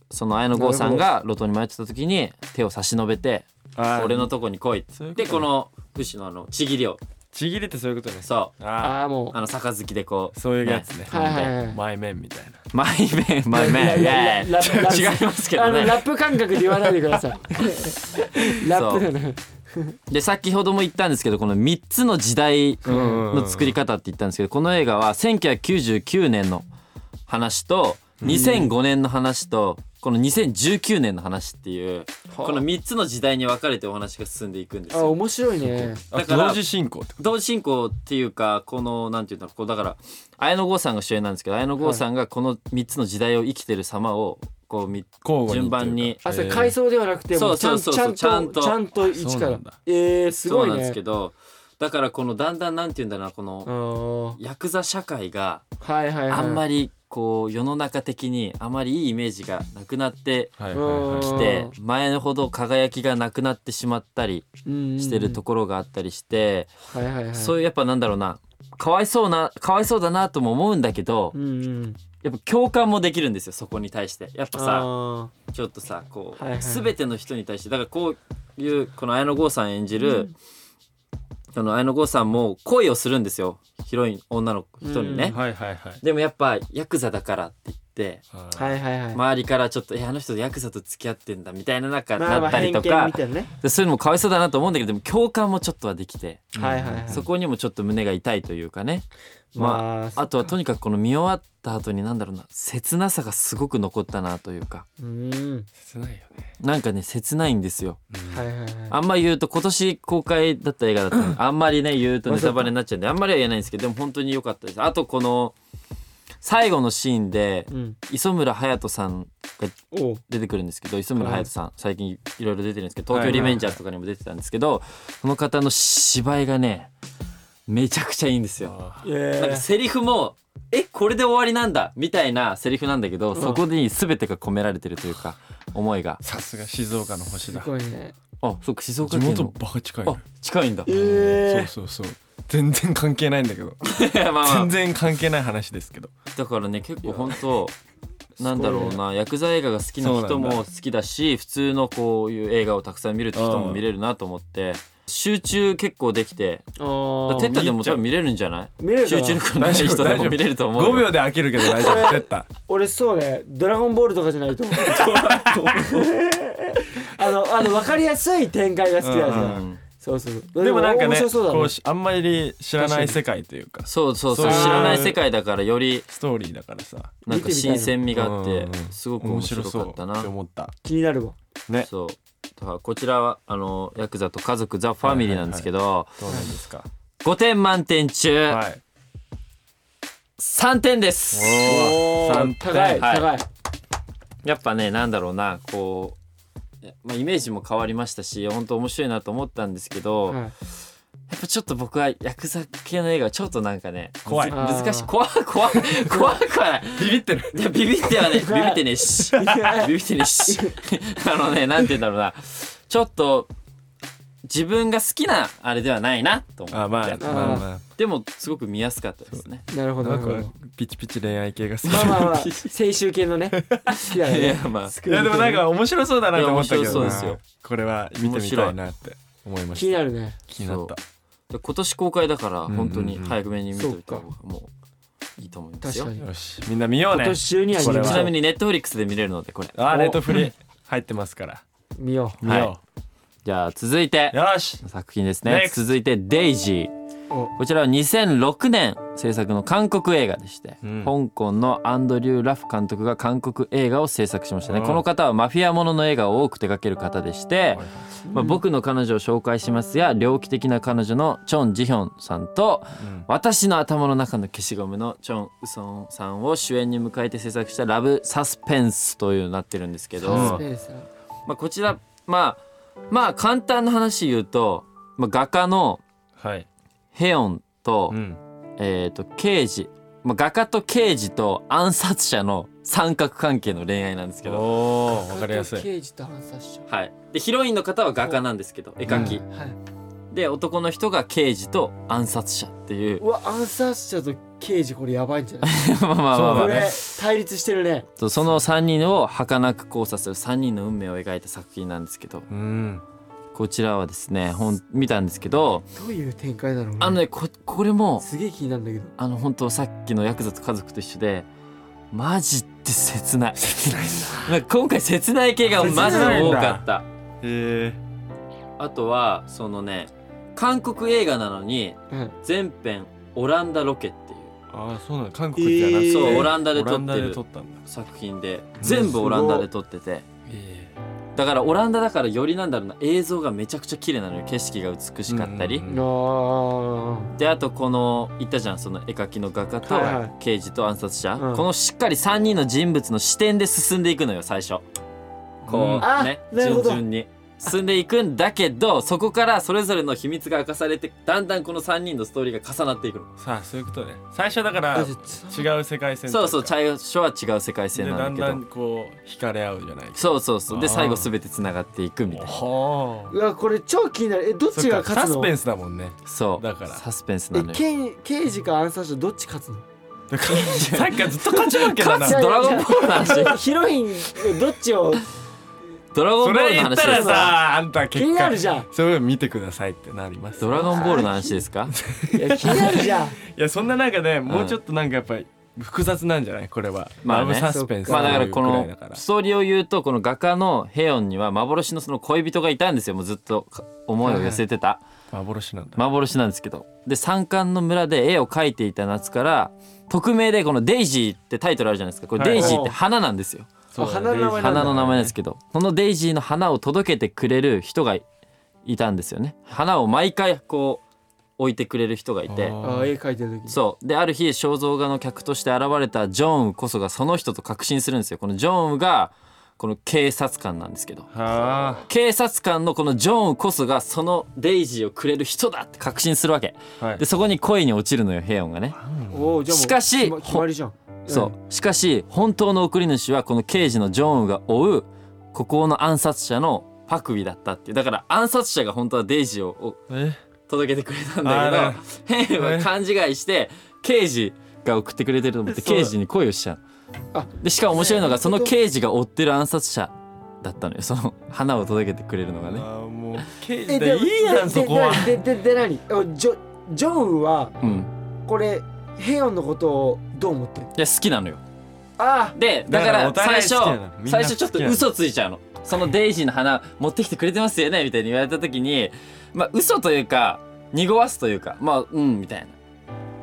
C: その綾野剛さんが路頭に迷ってた時に手を差し伸べて
A: あー
C: 俺のとこに来いって
A: そういうこと
C: でこの牛のあのちぎりを
A: ちぎりってそういうことね
C: そ
A: あ
B: ああも
C: うあの杯でこ
A: ー
C: う
A: そういうやつね
B: うはいはいは
A: 前
B: い
A: 面みたいな
C: マイメンマイメン
B: いや
C: イ
B: いや
C: ェ
B: ラップラップ
C: ーイ違いますけ
B: あ
C: ど
B: の
C: ね
B: ラップ感覚で言わないでくだ さいラップだな
C: で先ほども言ったんですけどこの3つの時代の作り方って言ったんですけどこの映画は1999年の話と2005年の話とこの2019年の話っていうこの3つの時代に分かれてお話が進んでいくんです
B: あ
C: よ。
B: 面白いね
A: あ
C: だから
A: 同時進行ってこ
C: 同時進行っていうかこのなんていうんだろうこうだから綾野剛さんが主演なんですけど綾野剛さんがこの3つの時代を生きてる様をこうみ
A: と
C: 順番に
B: あそれ
A: えー
B: 回想ではなくてもうちゃんと
C: そう
B: ち
C: そ
B: ゃ
C: うそうん
B: と
C: ち
B: ち
C: ゃ
B: ゃ
C: ん
B: ん
A: あ
B: と一か
A: そうな
B: ら
A: んだ
B: えーす
C: そ
B: ご
C: う
B: い
C: なんですけ
B: ね
C: どだからこのだんだんなんていうんだろうな
B: あ
C: この
B: ー
C: ヤクザ社会が
B: はいはいはい
C: あんま
B: り
C: りこう世の中的にあまりいいイメージがなくなって
A: はいはいはい
C: きて前ほど輝きがなくなってしまったりしてるところがあったりして
B: はいはいはい
C: そういうやっぱなんだろうなかわいそうなかわいそうだなとも思うんだけど
B: うんうん
C: やっぱ共感もできるんですよそこに対してやっぱさ
B: あ
C: ちょっとさこう、
B: はいはい
C: 全ての人に対してだからこういうこの綾野剛さん演じる、この綾野剛さんも恋をするんですよヒロイン女の人にね、
A: はいはいはい
C: でもやっぱヤクザだからって言って
B: ーはいはいはい
C: 周りからちょっと「えあの人ヤクザと付き合ってんだ」みたいな中
B: まあ
C: な
B: まあ
C: ったり
B: 偏見
C: とか、
B: みたいなね
C: でそういうのもかわいそうだなと思うんだけどでも共感もちょっとはできて、
B: はいはいはい
C: そこにもちょっと胸が痛いというかねまあ
B: まあ
C: あとはとにかくこの見終わった後になんだろうな切なさがすごく残ったなというか
B: うん
A: 切ないよね
C: なんかね切ないんですよ
B: はいはいはい
C: あんま言うと今年公開だった映画だっ たのであんまりね言うとネタバレになっちゃうんであんまりは言えないんですけどでも本当に良かったですあとこの最後のシーンで
B: うん
C: 磯村勇斗さんが
B: おう
C: 出てくるんですけど磯村勇斗さん最近いろいろ出てるんですけど「東京リベンジャーズ」とかにも出てたんですけどこの方の芝居がねめちゃくちゃいいんですよ。
A: あ
C: なんかセリフも「えこれで終わりなんだ」みたいなセリフなんだけどそこに全てが込められてるというか思いが
A: ー。さすが静岡の星
B: す
A: だ
B: ごいね
C: あそうか静岡
A: 地
C: 県
A: 元
C: の
A: バカ近い
C: あ
A: ね
C: 近いんだ。
A: そうそうそう全然関係ないんだけど
C: まあまあ
A: 全然関係ない話ですけど
C: だからね結構本当なんだろうな薬剤映画が好きな人
A: そうな
C: も好きだし普通のこういう映画をたくさん見るって人も見れるなと思って集中結構できて
B: あー
C: テッタでも多分見れるんじゃない
B: 見れるか
C: 集
B: な
C: 中力のない人で
A: 大丈
C: も
A: 夫
C: 見れると思うよ
A: 5秒で飽きるけど大丈夫出た
B: 俺そうね「ドラゴンボール」とかじゃないと あのあの分かりやすい展開が好きだ
A: う
B: か
A: んうん
B: そうそうそう
A: でもなんか
B: 面
A: ね
B: 白そうだ
A: こ
B: ね
A: うしあんまり知らない世界というか
C: そうそうそ
A: そう
C: う
A: いう
C: 知らない世界だからより
A: ストーリーだからさ
C: なんか
B: 見てみたい
C: 新
B: な
C: 鮮味があっ
A: うんう
C: て
A: ん
C: すごく面白かった
A: 面白そう
C: な
A: って思った
B: 気になるわ
A: ね
C: そうだからこちらはあのヤクザと家族ザ・ファミリーなんですけど
A: どうなんですか
C: 5点満点中
A: はい
C: 3点です
A: おお
B: 高
A: 3点
B: い高い、
C: はいやっぱねなんだろうなこう、まあ、イメージも変わりましたし本当面白いなと思ったんですけど、や
B: はい
C: っぱちょっと僕はヤクザ系の映画はちょっとなんかね
A: 怖い
C: むず難しい怖い怖い怖くはない
A: ビビってる
C: いやビビって はねビビってねえしビビってねえし あのねなんて言うんだろうなちょっと自分が好きなあれではないなと思
A: あ
C: っ
A: ま
C: て
A: あまあま
C: でもすごく見やすかったですね
B: なるほ
A: あ
B: ど
A: な
B: なんるほど
A: かピチピチ恋愛系が好き
B: まあまあまあ青春系 のね好きだよ
C: い
B: ね
C: や まあ
A: いやでもなんか面白そうだなと思ったけ
C: いや面
A: ど
C: 白そう
A: な
C: ですよ
A: これは見てみたいなって思いま
B: 気
A: し
B: に
A: た
B: なるね
A: 気になった
C: で今年公開だから
A: んうん
C: 本当に早めに見といた
B: そうか
C: 方がもういいと思います
B: 確
C: よ
B: かに
A: よしみんな見よう
B: 今
A: ね
B: 年中には
A: これ
C: ちな
A: は
C: みにネットフリックスで見れるのでこれ
A: あレッドフリー入ってますから
B: 見よう
A: 見よ
C: じゃあ続いて
A: うよし
C: 作品です
A: ネ
C: ね
A: クスト
C: 続いて「デイジー」こちらは2006年制作の韓国映画でして、香港のアンドリュー・ラフ監督が韓国映画を制作しましたね、
A: うん
C: この方はマフィアものの映画を多く手掛ける方でして、まあ、僕の彼女を紹介しますや猟奇的な彼女のチョン・ジヒョンさんと、私の頭の中の消しゴムのチョン・ウソンさんを主演に迎えて制作したラブ・サスペンスというなってるんですけど、まあ、こちらまあまあ簡単な話言うと、まあ、画家の
A: はい。
C: ヘヨンと、
A: うん。
C: えっ、と刑事、まあ、画家と刑事と暗殺者の三角関係の恋愛なんですけ
A: お
C: ど、
A: お、わかりやすい。
B: 刑事と暗殺者
C: はい、でヒロインの方は画家なんですけど絵描き、
B: はい
C: で男の人が刑事と暗殺者っていう
B: うわ暗殺者と刑事これやばいんじゃない
C: まあまあま あま
A: そ
C: あ
A: うだ
B: こ
A: ね
B: れ対立してるね
C: そうその3人を儚く交差する3人の運命を描いた作品なんですけど
A: うん。
C: こちらはですねほん見たんですけど
B: どういう展開なの
C: あのねここれも
B: すげえ気になるんだけど
C: あの本当さっきのヤクザと家族と一緒でマジって切ない なんか今回切ない系がマジで多かった
A: へえ。
C: あとはそのね韓国映画なのに
B: うん
C: 全編オランダロケっていう
A: ああ、そうなの。韓国じゃなくて、
C: えーそうオランダで撮って
A: オラ
C: る
A: ンダで撮ったんだ。
C: 作品で全部オランダで撮ってて
A: え
C: だからオランダだからよりなんだろうな映像がめちゃくちゃ綺麗なのよ景色が美しかった
A: う
C: り、
A: んうんうん
B: あ
C: であとこの言ったじゃんその絵描きの画家と
B: はいはい
C: 刑事と暗殺者、
B: うん
C: このしっかり3人の人物の視点で進んでいくのよ最初
B: う
C: こ
B: ん
C: うね、
B: あなる
C: 順
B: ほど
C: 々に進んでいくんだけどそこからそれぞれの秘密が明かされてだんだんこの3人のストーリーが重なっていくの
A: さあ、そういうことね。最初だから、
B: あじゃ
A: 違う世界線とい
C: そう
A: か
C: そう最初は違う世界
A: で
C: 線な
A: だ
C: ん
A: ん
C: だけ
A: だ
C: ど
A: んこう惹かれ合うじゃないか
C: そうそうそうで
A: あー
C: 最後全てつながっていくみたいな
A: は
B: うわこれ超気になるえどっちが
A: サ
B: 勝つ
A: ス
B: の
A: ペンスだもんね
C: そう
A: だから
C: サスペンスな
B: え
C: のよ
B: 刑刑事か暗殺者どっち勝つ の
A: だからさっきからずっと勝ち負けだな
B: 勝
C: ドラゴンボールの
B: それ
C: 話
B: ヒロインどっ ちを
C: ドラゴ
A: そ
C: ンボール
A: れ
C: の
A: 言っ
C: 話
A: た
C: で
A: ら
C: す
A: さあんた
B: 気
A: 結果
B: になるじゃん
A: それを見てくださいってなります
C: ドラゴンボールの話ですか
B: いや気になるじゃん
A: いやそんな中でもうちょっとなんかやっぱり複雑なんじゃないこれは
C: まあ
A: ラ
C: ね
A: ブサスペンス
C: まあだから
A: とい
C: こ
A: うく
C: の
A: らいだから
C: ストーリーを言うとこの画家のヘヨンには幻のその恋人がいたんですよもうずっとか思いを寄せてた
A: 幻なんだ
C: 幻なんですけどで山間の村で絵を描いていた夏から匿名でこの「デイジー」ってタイトルあるじゃないですかこれ
A: はい
C: デイジーって花なんですよ
A: そうだね
B: 花の名前なんだ
C: 花の名前なんですけどそのデイジーの花を届けてくれる人がいいたんですよね花を毎回こう置いてくれる人がいて
B: あー絵描いてる時に
C: そうである日肖像画の客として現れたジョンウこそがその人と確信するんですよこのジョンウがこの警察官なんですけど
A: は
C: 警察官のこのジョンウこそがそのデイジーをくれる人だって確信するわけ
A: あはい
C: でそこに恋に落ちるのよヘヨンがね
B: おーじゃあもう
C: しかし
B: 決ま決まりじゃん
C: そうしかし本当の送り主はこの刑事のジョンウが追う孤高の暗殺者のパクウィだったっていうだから暗殺者が本当はデイジーを
A: え
C: 届けてくれたん
A: あら
C: だけどヘイは勘違いして刑事が送ってくれてると思って
A: そうだ
C: 刑事に恋をしちゃう
B: あ
C: でしかも面白いのがその刑事が追ってる暗殺者だったのよその花を届けてくれるのがね
A: あーもう刑
B: え
A: 事でいいやんそこは
B: でででで何おジョジョンウは
C: うん
B: これヘヨンのことをどう思ってる
C: いや好きなのよ
B: あ
C: でだ
A: だか
C: か
A: ら
C: ら
A: お互
C: 最
A: い
C: 初
A: 好きなのみんな
C: 最初ちょっ
A: 好きな
C: と
A: の
C: 嘘ついちゃうのそのデイジーの花持ってきてくれてますよねみたいに言われた時にまあ嘘というか濁わすというかまあうんみたいな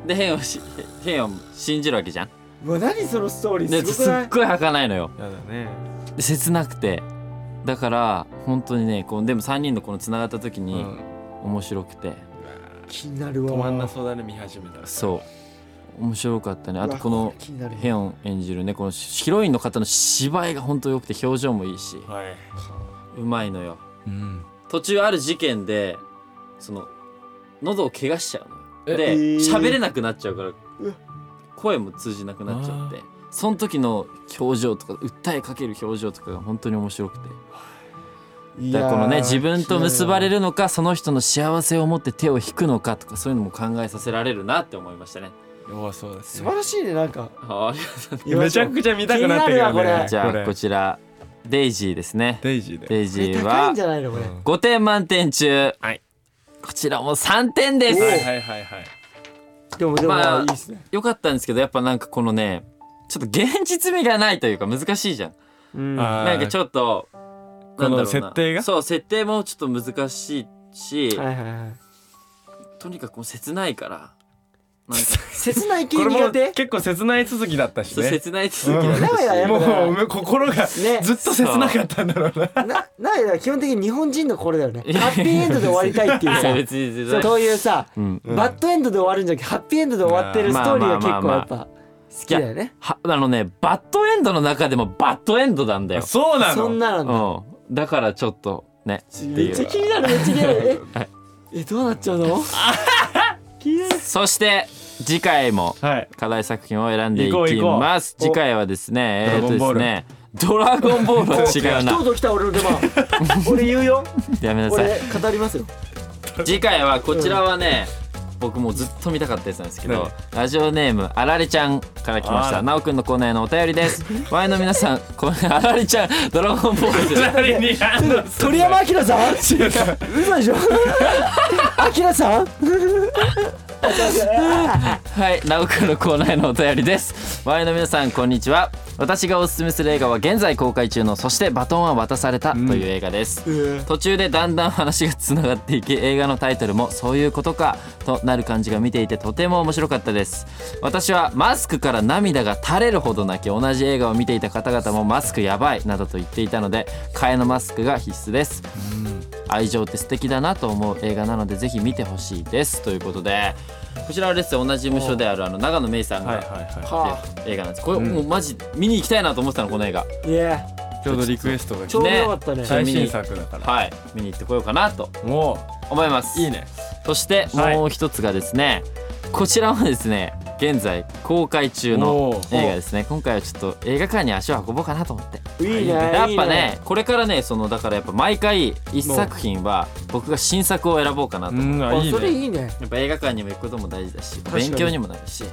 C: で変をし変を信じるわけじゃん
B: あもう何そのストーリー
C: です
B: ご
C: す
B: くな
C: っ
B: い
C: ごい儚いのよ
A: やだね
C: で切なくてだから本当にねこうでも3人のこのつながった時
A: う
C: に
A: ん
C: 面白くて、
B: 気になるわ
A: 止まんなそうだね見始めたら
C: そう面白かったねあと
B: うわ
C: この
B: れ気になる
C: ヘヨン演じるねこのヒロインの方の芝居が本当良くて表情もいいし
A: はいう
C: まいのよ
A: うん
C: 途中ある事件でその喉を怪我しちゃうのよ
A: え
C: で
B: えー
C: 喋れなくなっちゃうから声も通じなくなっちゃってその時の表情とか訴えかける表情とかが本当に面白くて
B: い
C: だからこのね
B: やー
C: 自分と結ばれるのかその人の幸せを持って手を引くのかとかそういうのも考えさせられるなって思いましたね。
A: 弱そうです
B: 素
A: ね
B: 晴らしいねなんか
C: あありがとう
A: いやめちゃくちゃ見たくなってるよ
B: 気になるわこ
A: ね
B: れ
C: じゃあこちらデイジーですね。
A: デイジーで
C: デイジー
B: 高い
C: は
B: んじゃないのこれ
A: うん
C: 5点満点中、
A: はい
C: こちらも3点です。
A: はいはいはいはい
B: でもでも
C: まあ
B: いいっすね
C: 良かったんですけどやっぱなんかこのねちょっと現実味がないというか難しいじゃん。
B: うん
A: な
C: なんかちょっとなんだろうな
A: この設定が
C: そう設定もちょっと難しいし、
B: はいはいはい
C: とにかくもう切ないからなんか
B: 切ない系
A: これも
B: 苦手
A: 結構切ない続きだったし
C: そう
A: ね
C: 切ない続きだった
B: 名古屋やっ
A: も
B: ぱ
A: う心が
B: ね
A: ずっと切なかったんだろうな
B: なな名古屋は基本的に日本人の心だよねハッピーエンドで終わりたいっていう
C: いや
B: さ
C: 別に別に
B: そうこういうさ、
C: ん
B: バッドエンドで終わるんじゃなくてハッピーエンドで終わってるストーリーが結構やっぱ好きだよね
C: はあのねバッドエンドの中でもバッドエンドなんだよ、
A: そうな
B: そん
A: の
B: ななんだ
C: うん、だからちょっとねって
B: め
C: い
B: っちゃ
C: う
B: 気になるめっちゃ気になるええどうなっちゃうの
C: そして次回も
A: はい
C: 課題作品を選んでい
A: 行こう
C: き
A: 行こう
C: ます次回はですねえ
A: お
C: ーとですねドラゴンボールは違う
B: 一
C: な
B: 言来た俺の出番俺言うよ
C: やめなさい
B: 俺語りますよ
C: 次回はこちらはね、僕もずっと見たかったやつなんですけど、
A: ね
C: ラジオネームあられちゃんから来まし
A: あ
C: た
A: ら
C: なおくんのコーナーへのお便りです 前の皆さんこのあられちゃん ドラゴンボールで
A: 誰に反応する
B: 鳥山明さん嘘でしょ明さん
C: はい、ナオくんのコーナーへのお便りです。ワイの皆さん、こんにちは。私がおすすめする映画は現在公開中の「そしてバトンは渡された」という映画です、途中でだんだん話がつながっていき映画のタイトルもそういうことかとなる感じが見ていてとても面白かったです私はマスクから涙が垂れるほど泣き同じ映画を見ていた方々もマスクやばいなどと言っていたので替えのマスクが必須です愛情って素敵だなと思う映画なのでぜひ見てほしいですということでこちらはですね同じ事務所であるあの長野芽郁さん
A: はいはい
C: が
A: は
C: やってる映画なんですこれもうマジ見に行きたいなと思ってたのこの映画
B: いや
A: いちょうどリクエストが
B: ちょうどよかったね
A: 最新作だから
C: はい見に行ってこようかなと
A: も
C: 思います
A: ういいね
C: そして
A: はい
C: もう一つがですね、こちらはですね現在公開中の
A: おー
C: 映画ですね今回はちょっと映画館に足を運ぼうかなと思って
B: いいね
C: やっ
B: いい
C: ぱねこれからねそのだからやっぱ毎回一作品は僕が新作を選ぼうかなと
A: う
C: 思って
A: んあ
B: あ
A: いい
B: それ
A: ね
B: いいね
C: やっぱ映画館にも行くことも大事だし
B: かに
C: 勉強にもなるし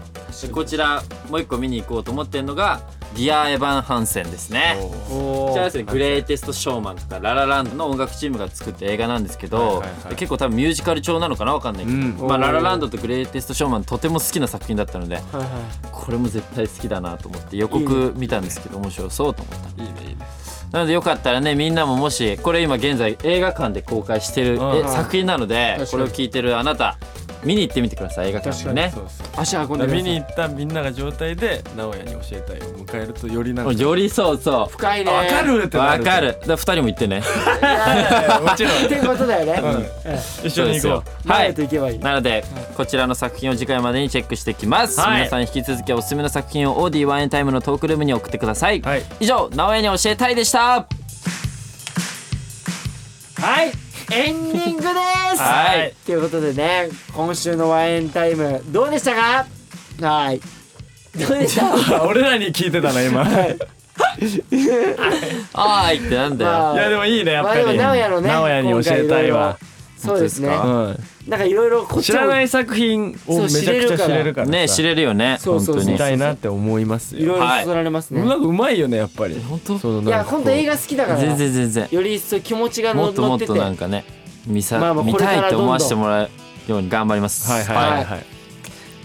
C: こちらもう一個見に行こうと思ってるのが「ディア・エヴァン・ハンセン」ですね。
A: おー
C: こちら
B: お
C: ですね「グレイテスト・ショーマン」とか「ラ・ラ・ランド」の音楽チームが作った映画なんですけど、
A: はいはいはい
C: 結構多分ミュージカル調なのかなわかんないけど、
A: うん
C: まあ、ラ・ラ・ランドと「グレイテスト・ショーマン」とても好きな作品だったので
B: はいはい
C: これも絶対好きだなと思って予告見たんですけど面白そうと思った
A: いいねいいね
C: なのでよかったらねみんなももしこれ今現在映画館で公開してる
A: うん
C: え作品なのでこれを聞いてるあなた見に行ってみてください映画館でね
A: そうそう
B: 足運ん
A: だ
B: でく
A: から
B: だ
A: 見
B: さい
A: に行ったみんなが状態で直哉に教えたいを迎えるとよりなんか
C: よりそうそ
B: 深いね
A: あわかるっ
C: う
A: てな
C: わ
A: る
C: かるだから二人も行ってね
A: もちろん
B: っていうことだよね
A: 一緒に行こ
C: そうですよは
B: 前
C: い
B: といけばいい
C: なのでこちらの作品を次回までにチェックしてきます、
A: はい
C: 皆さん引き続きおすすめの作品を OD ワンエンタイムのトークルームに送ってください、
A: うはい
C: 以上直江に教えたいでした
B: はいエンディングです
C: はい
B: ということでね今週のワインタイムどうでしたかはいどうでした
A: あ俺らに聞いてたな 今い
C: あーいってなんだよ、
B: まあ
A: やでもいいねやっ
B: まあ
A: ぱ
B: でも
A: り
B: 直哉のね
A: 直哉に教えたいわ
B: そうですね
C: 本
B: なんかいろいろこっち
A: 知ら
B: も
A: ない作品をめちゃくちゃ知れるから
C: ね知れるよね
B: そうそうそう
C: 本
A: 見
C: 当
A: たいなって思います
B: いろ
A: よ
B: いろそそられますね、
A: なんかうまいよねやっぱり
C: に本当
A: その
B: い
A: な
B: や
A: んかこ
B: 本
A: う
B: 当映画好きだから
C: 全然全然
B: より一層気持ちが
C: も
B: の
C: っとも
B: 乗
C: っ
B: って
C: と
B: て
C: なんかね見さ、
B: まあまあ
C: 見
B: これか
C: た
B: ら
C: いって
B: どんどん
C: 思わせてもらうように頑張ります
A: はいはいはいはい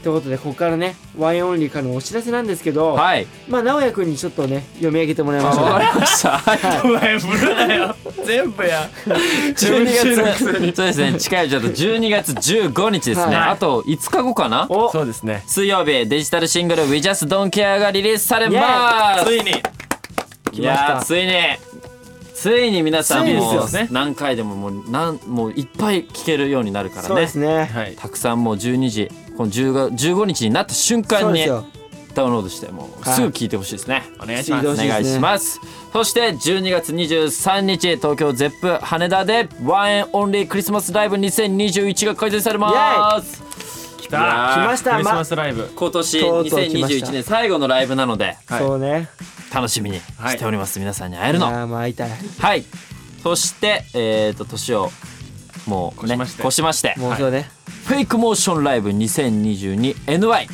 B: ということでここからねワインオンリーからのお知らせなんですけど、
C: はい
B: まあ直哉くんにちょっとね読み上げてもらいましょう
C: わかりました。
A: お前ぶるなよ全部や
C: 12
A: 12
C: 月、そうですね、近いうちょっと12月15日ですね。
B: はい
C: あと5日後かな
B: お
A: そうですね
C: 水曜日、デジタルシングル We Just Don't Care がリリースされます。
A: ついに
C: い
B: ました
C: やーついに、ついに皆さん
A: ついに
C: も
A: ですよね
C: 何回でももうなんもういっぱい聴けるようになるから
B: そうで
C: ね
B: す。ね
A: はい
C: たくさんもう12時、この10が15日になった瞬
B: そ
C: 間
B: うで
C: に
B: すよ
C: ダウンロードして、もう
B: はい
C: すぐ聴いてほしいですね。
A: お願いし
B: 次
A: ま
B: ど
A: す
B: う
C: お
B: しま
C: 願い
B: す
C: し
B: ね
C: ますそして12月23日東京ゼップ羽田でワンエンオンリークリスマスライブ2021が開催されます
A: 来
C: いやー
A: た
C: 来
B: ました
A: クリスマスライブ
C: 今年
B: とうとう来ました
C: 2021年最後のライブなので
A: はい
B: そうね
C: 楽しみにしております、皆さんに会える
B: い
C: の
B: やーまあ会いたい
C: はいそしてえっ、と年をもう
A: 越
C: ね
A: しまして
C: 越しまして
B: もうそうね
C: フェイクモーションライブ 2022NY
A: はい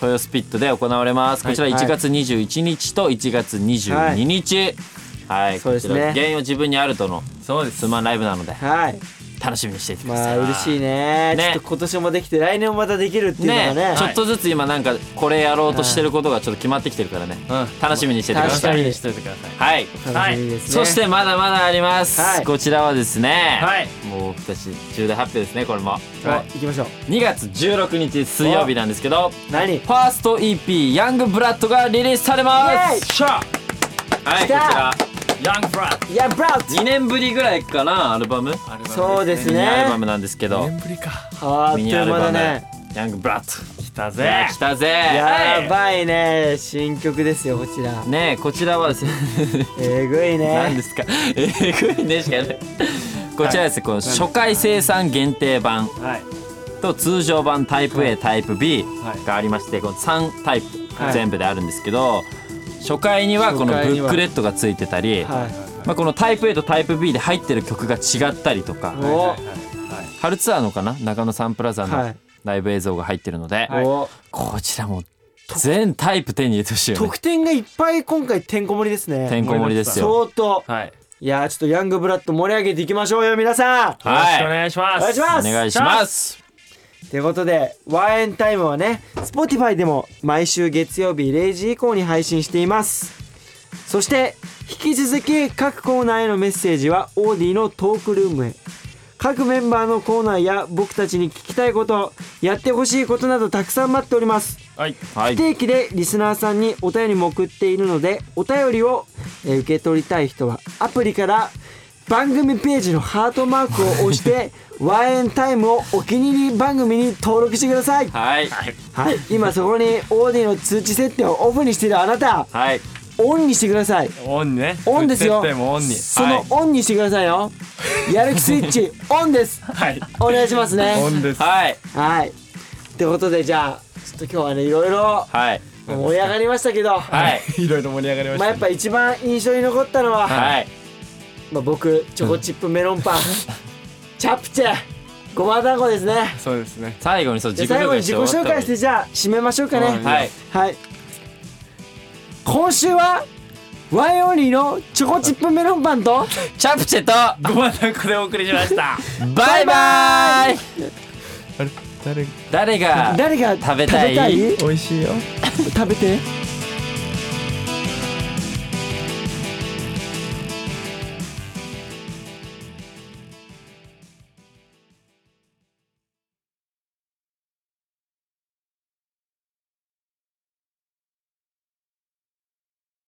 C: 豊スピットで行われますこちら
B: はい
C: 1月21日と1月22日はい、
B: そう
C: こ
B: で
C: ち
B: す
C: ら
B: ね
C: 原因を自分にあるとの
A: そうです
C: ツーマンライブなので
B: はい
C: 楽しみにしていてくだ
B: ま
C: さ
B: あ
C: い、
B: 嬉しいね
C: ね
B: ちょっと今年もできて来年もまたできるっていうのが
C: ね
B: ね
C: ちょっとずつ今なんかこれやろうとしてることがちょっと決まってきてるからね、楽しみにしててくだ
B: 確
C: さ
B: か
C: い
B: に
A: しておいてください
C: はい、
B: 楽しみですね
C: そしてまだまだあります、
B: はい
C: こちらはですね、
A: はい
C: もう僕たち重大発表ですねこれも
B: 行きましょう
C: 2月16日水曜日なんですけど
B: 何
C: ファースト EP「ヤングブラッド」がリリースされます
A: しゃ
C: はいこち
B: た
C: ら
A: ヤングフラッ
B: いやブラッ
C: 2年ぶりぐらいかなアルバム
A: ド
B: そうです
C: ミニアルバ
B: ね
C: ムなんですけど
A: 年ぶりか
B: あっと
C: ミ
B: い
C: ニア
B: う
C: ル
B: 間だ
C: バム
B: ね
C: 「ヤングブラッド
A: 来た」ぜ
C: 来たぜ
B: やばいね新曲ですよこちら
C: ねえこちらはですね
B: えぐい
C: 何
B: ね
C: ですか えぐいねしかねこちらですねこの初回生産限定版
A: はい
C: と通常版タイプ A タイプ B
A: はい
C: がありましてこの3タイプ
B: はい
C: 全部であるんですけど初回にはこのブ
B: 初回には
C: ックレットがついてたり
B: はい
C: まあ、このタイプ A とタイプ B で入ってる曲が違ったりとか
B: お
C: 春ツアーのかな中野サンプラザ
B: は
C: の
B: い
C: ライブ映像が入ってるので、
B: お
C: こちらも全タイプ手に入れてほしいよね
B: 得点がいっぱい今回てんこ盛りですね
C: てんこ盛りですよ
B: 相当
A: はい
B: いやーちょっとヤングブラッド盛り上げていきましょうよ皆さ
A: よ
B: ん
A: ろしくお
C: は
A: 願いします
B: お願いしま
C: いお
B: す
C: 願いします
B: ということで、ワンエンタイムはね、Spotify でも毎週月曜日0時以降に配信しています。そして、引き続き各コーナーへのメッセージはオーディのトークルームへ。各メンバーのコーナーや僕たちに聞きたいこと、やってほしいことなどたくさん待っております。
A: はい
C: はい
B: 不定期でリスナーさんにお便りも送っているので、お便りをえー受け取りたい人はアプリから番組ページのハートマークを 押して、ワンエンタイムをお気に入り番組に登録してください。
C: はい
B: はい、今そこにオーディの通知設定をオフにしているあなた、
C: はい
B: オンにしてください。
A: オンね
B: オンですよ
A: 設定もオンに
B: そのオンにしてくださいよ。やる気スイ ッチオンです。
A: はい
B: お願いしますね。
A: オンです
C: はい
B: はい。ってことでじゃあ、ちょっと今日はね、いろいろ
C: はい
B: 盛り上がりましたけど、
C: はい
A: いろいろ盛り上がりまし
B: ま
A: た
B: あやっぱ一番印象に残ったのは、
C: はい
B: まあ、僕チョコチップメロンパン、チャプチェごま団子ですね
A: そうですね
C: 最後にそう
B: じゃ
C: 自
B: あ
C: 己
B: 最
C: 紹介
B: 後に自己紹介してじゃあ締めましょうかね、
A: うん
C: はい
B: はい今週はワイオリーのチョコチップメロンパンと
C: チャプチェと
A: ごまだこでお送りしました
C: バイバイ
A: あれ誰
C: 誰が
B: 誰が
C: 食べたい
B: 食べ
A: 美味しいよ
B: 食べて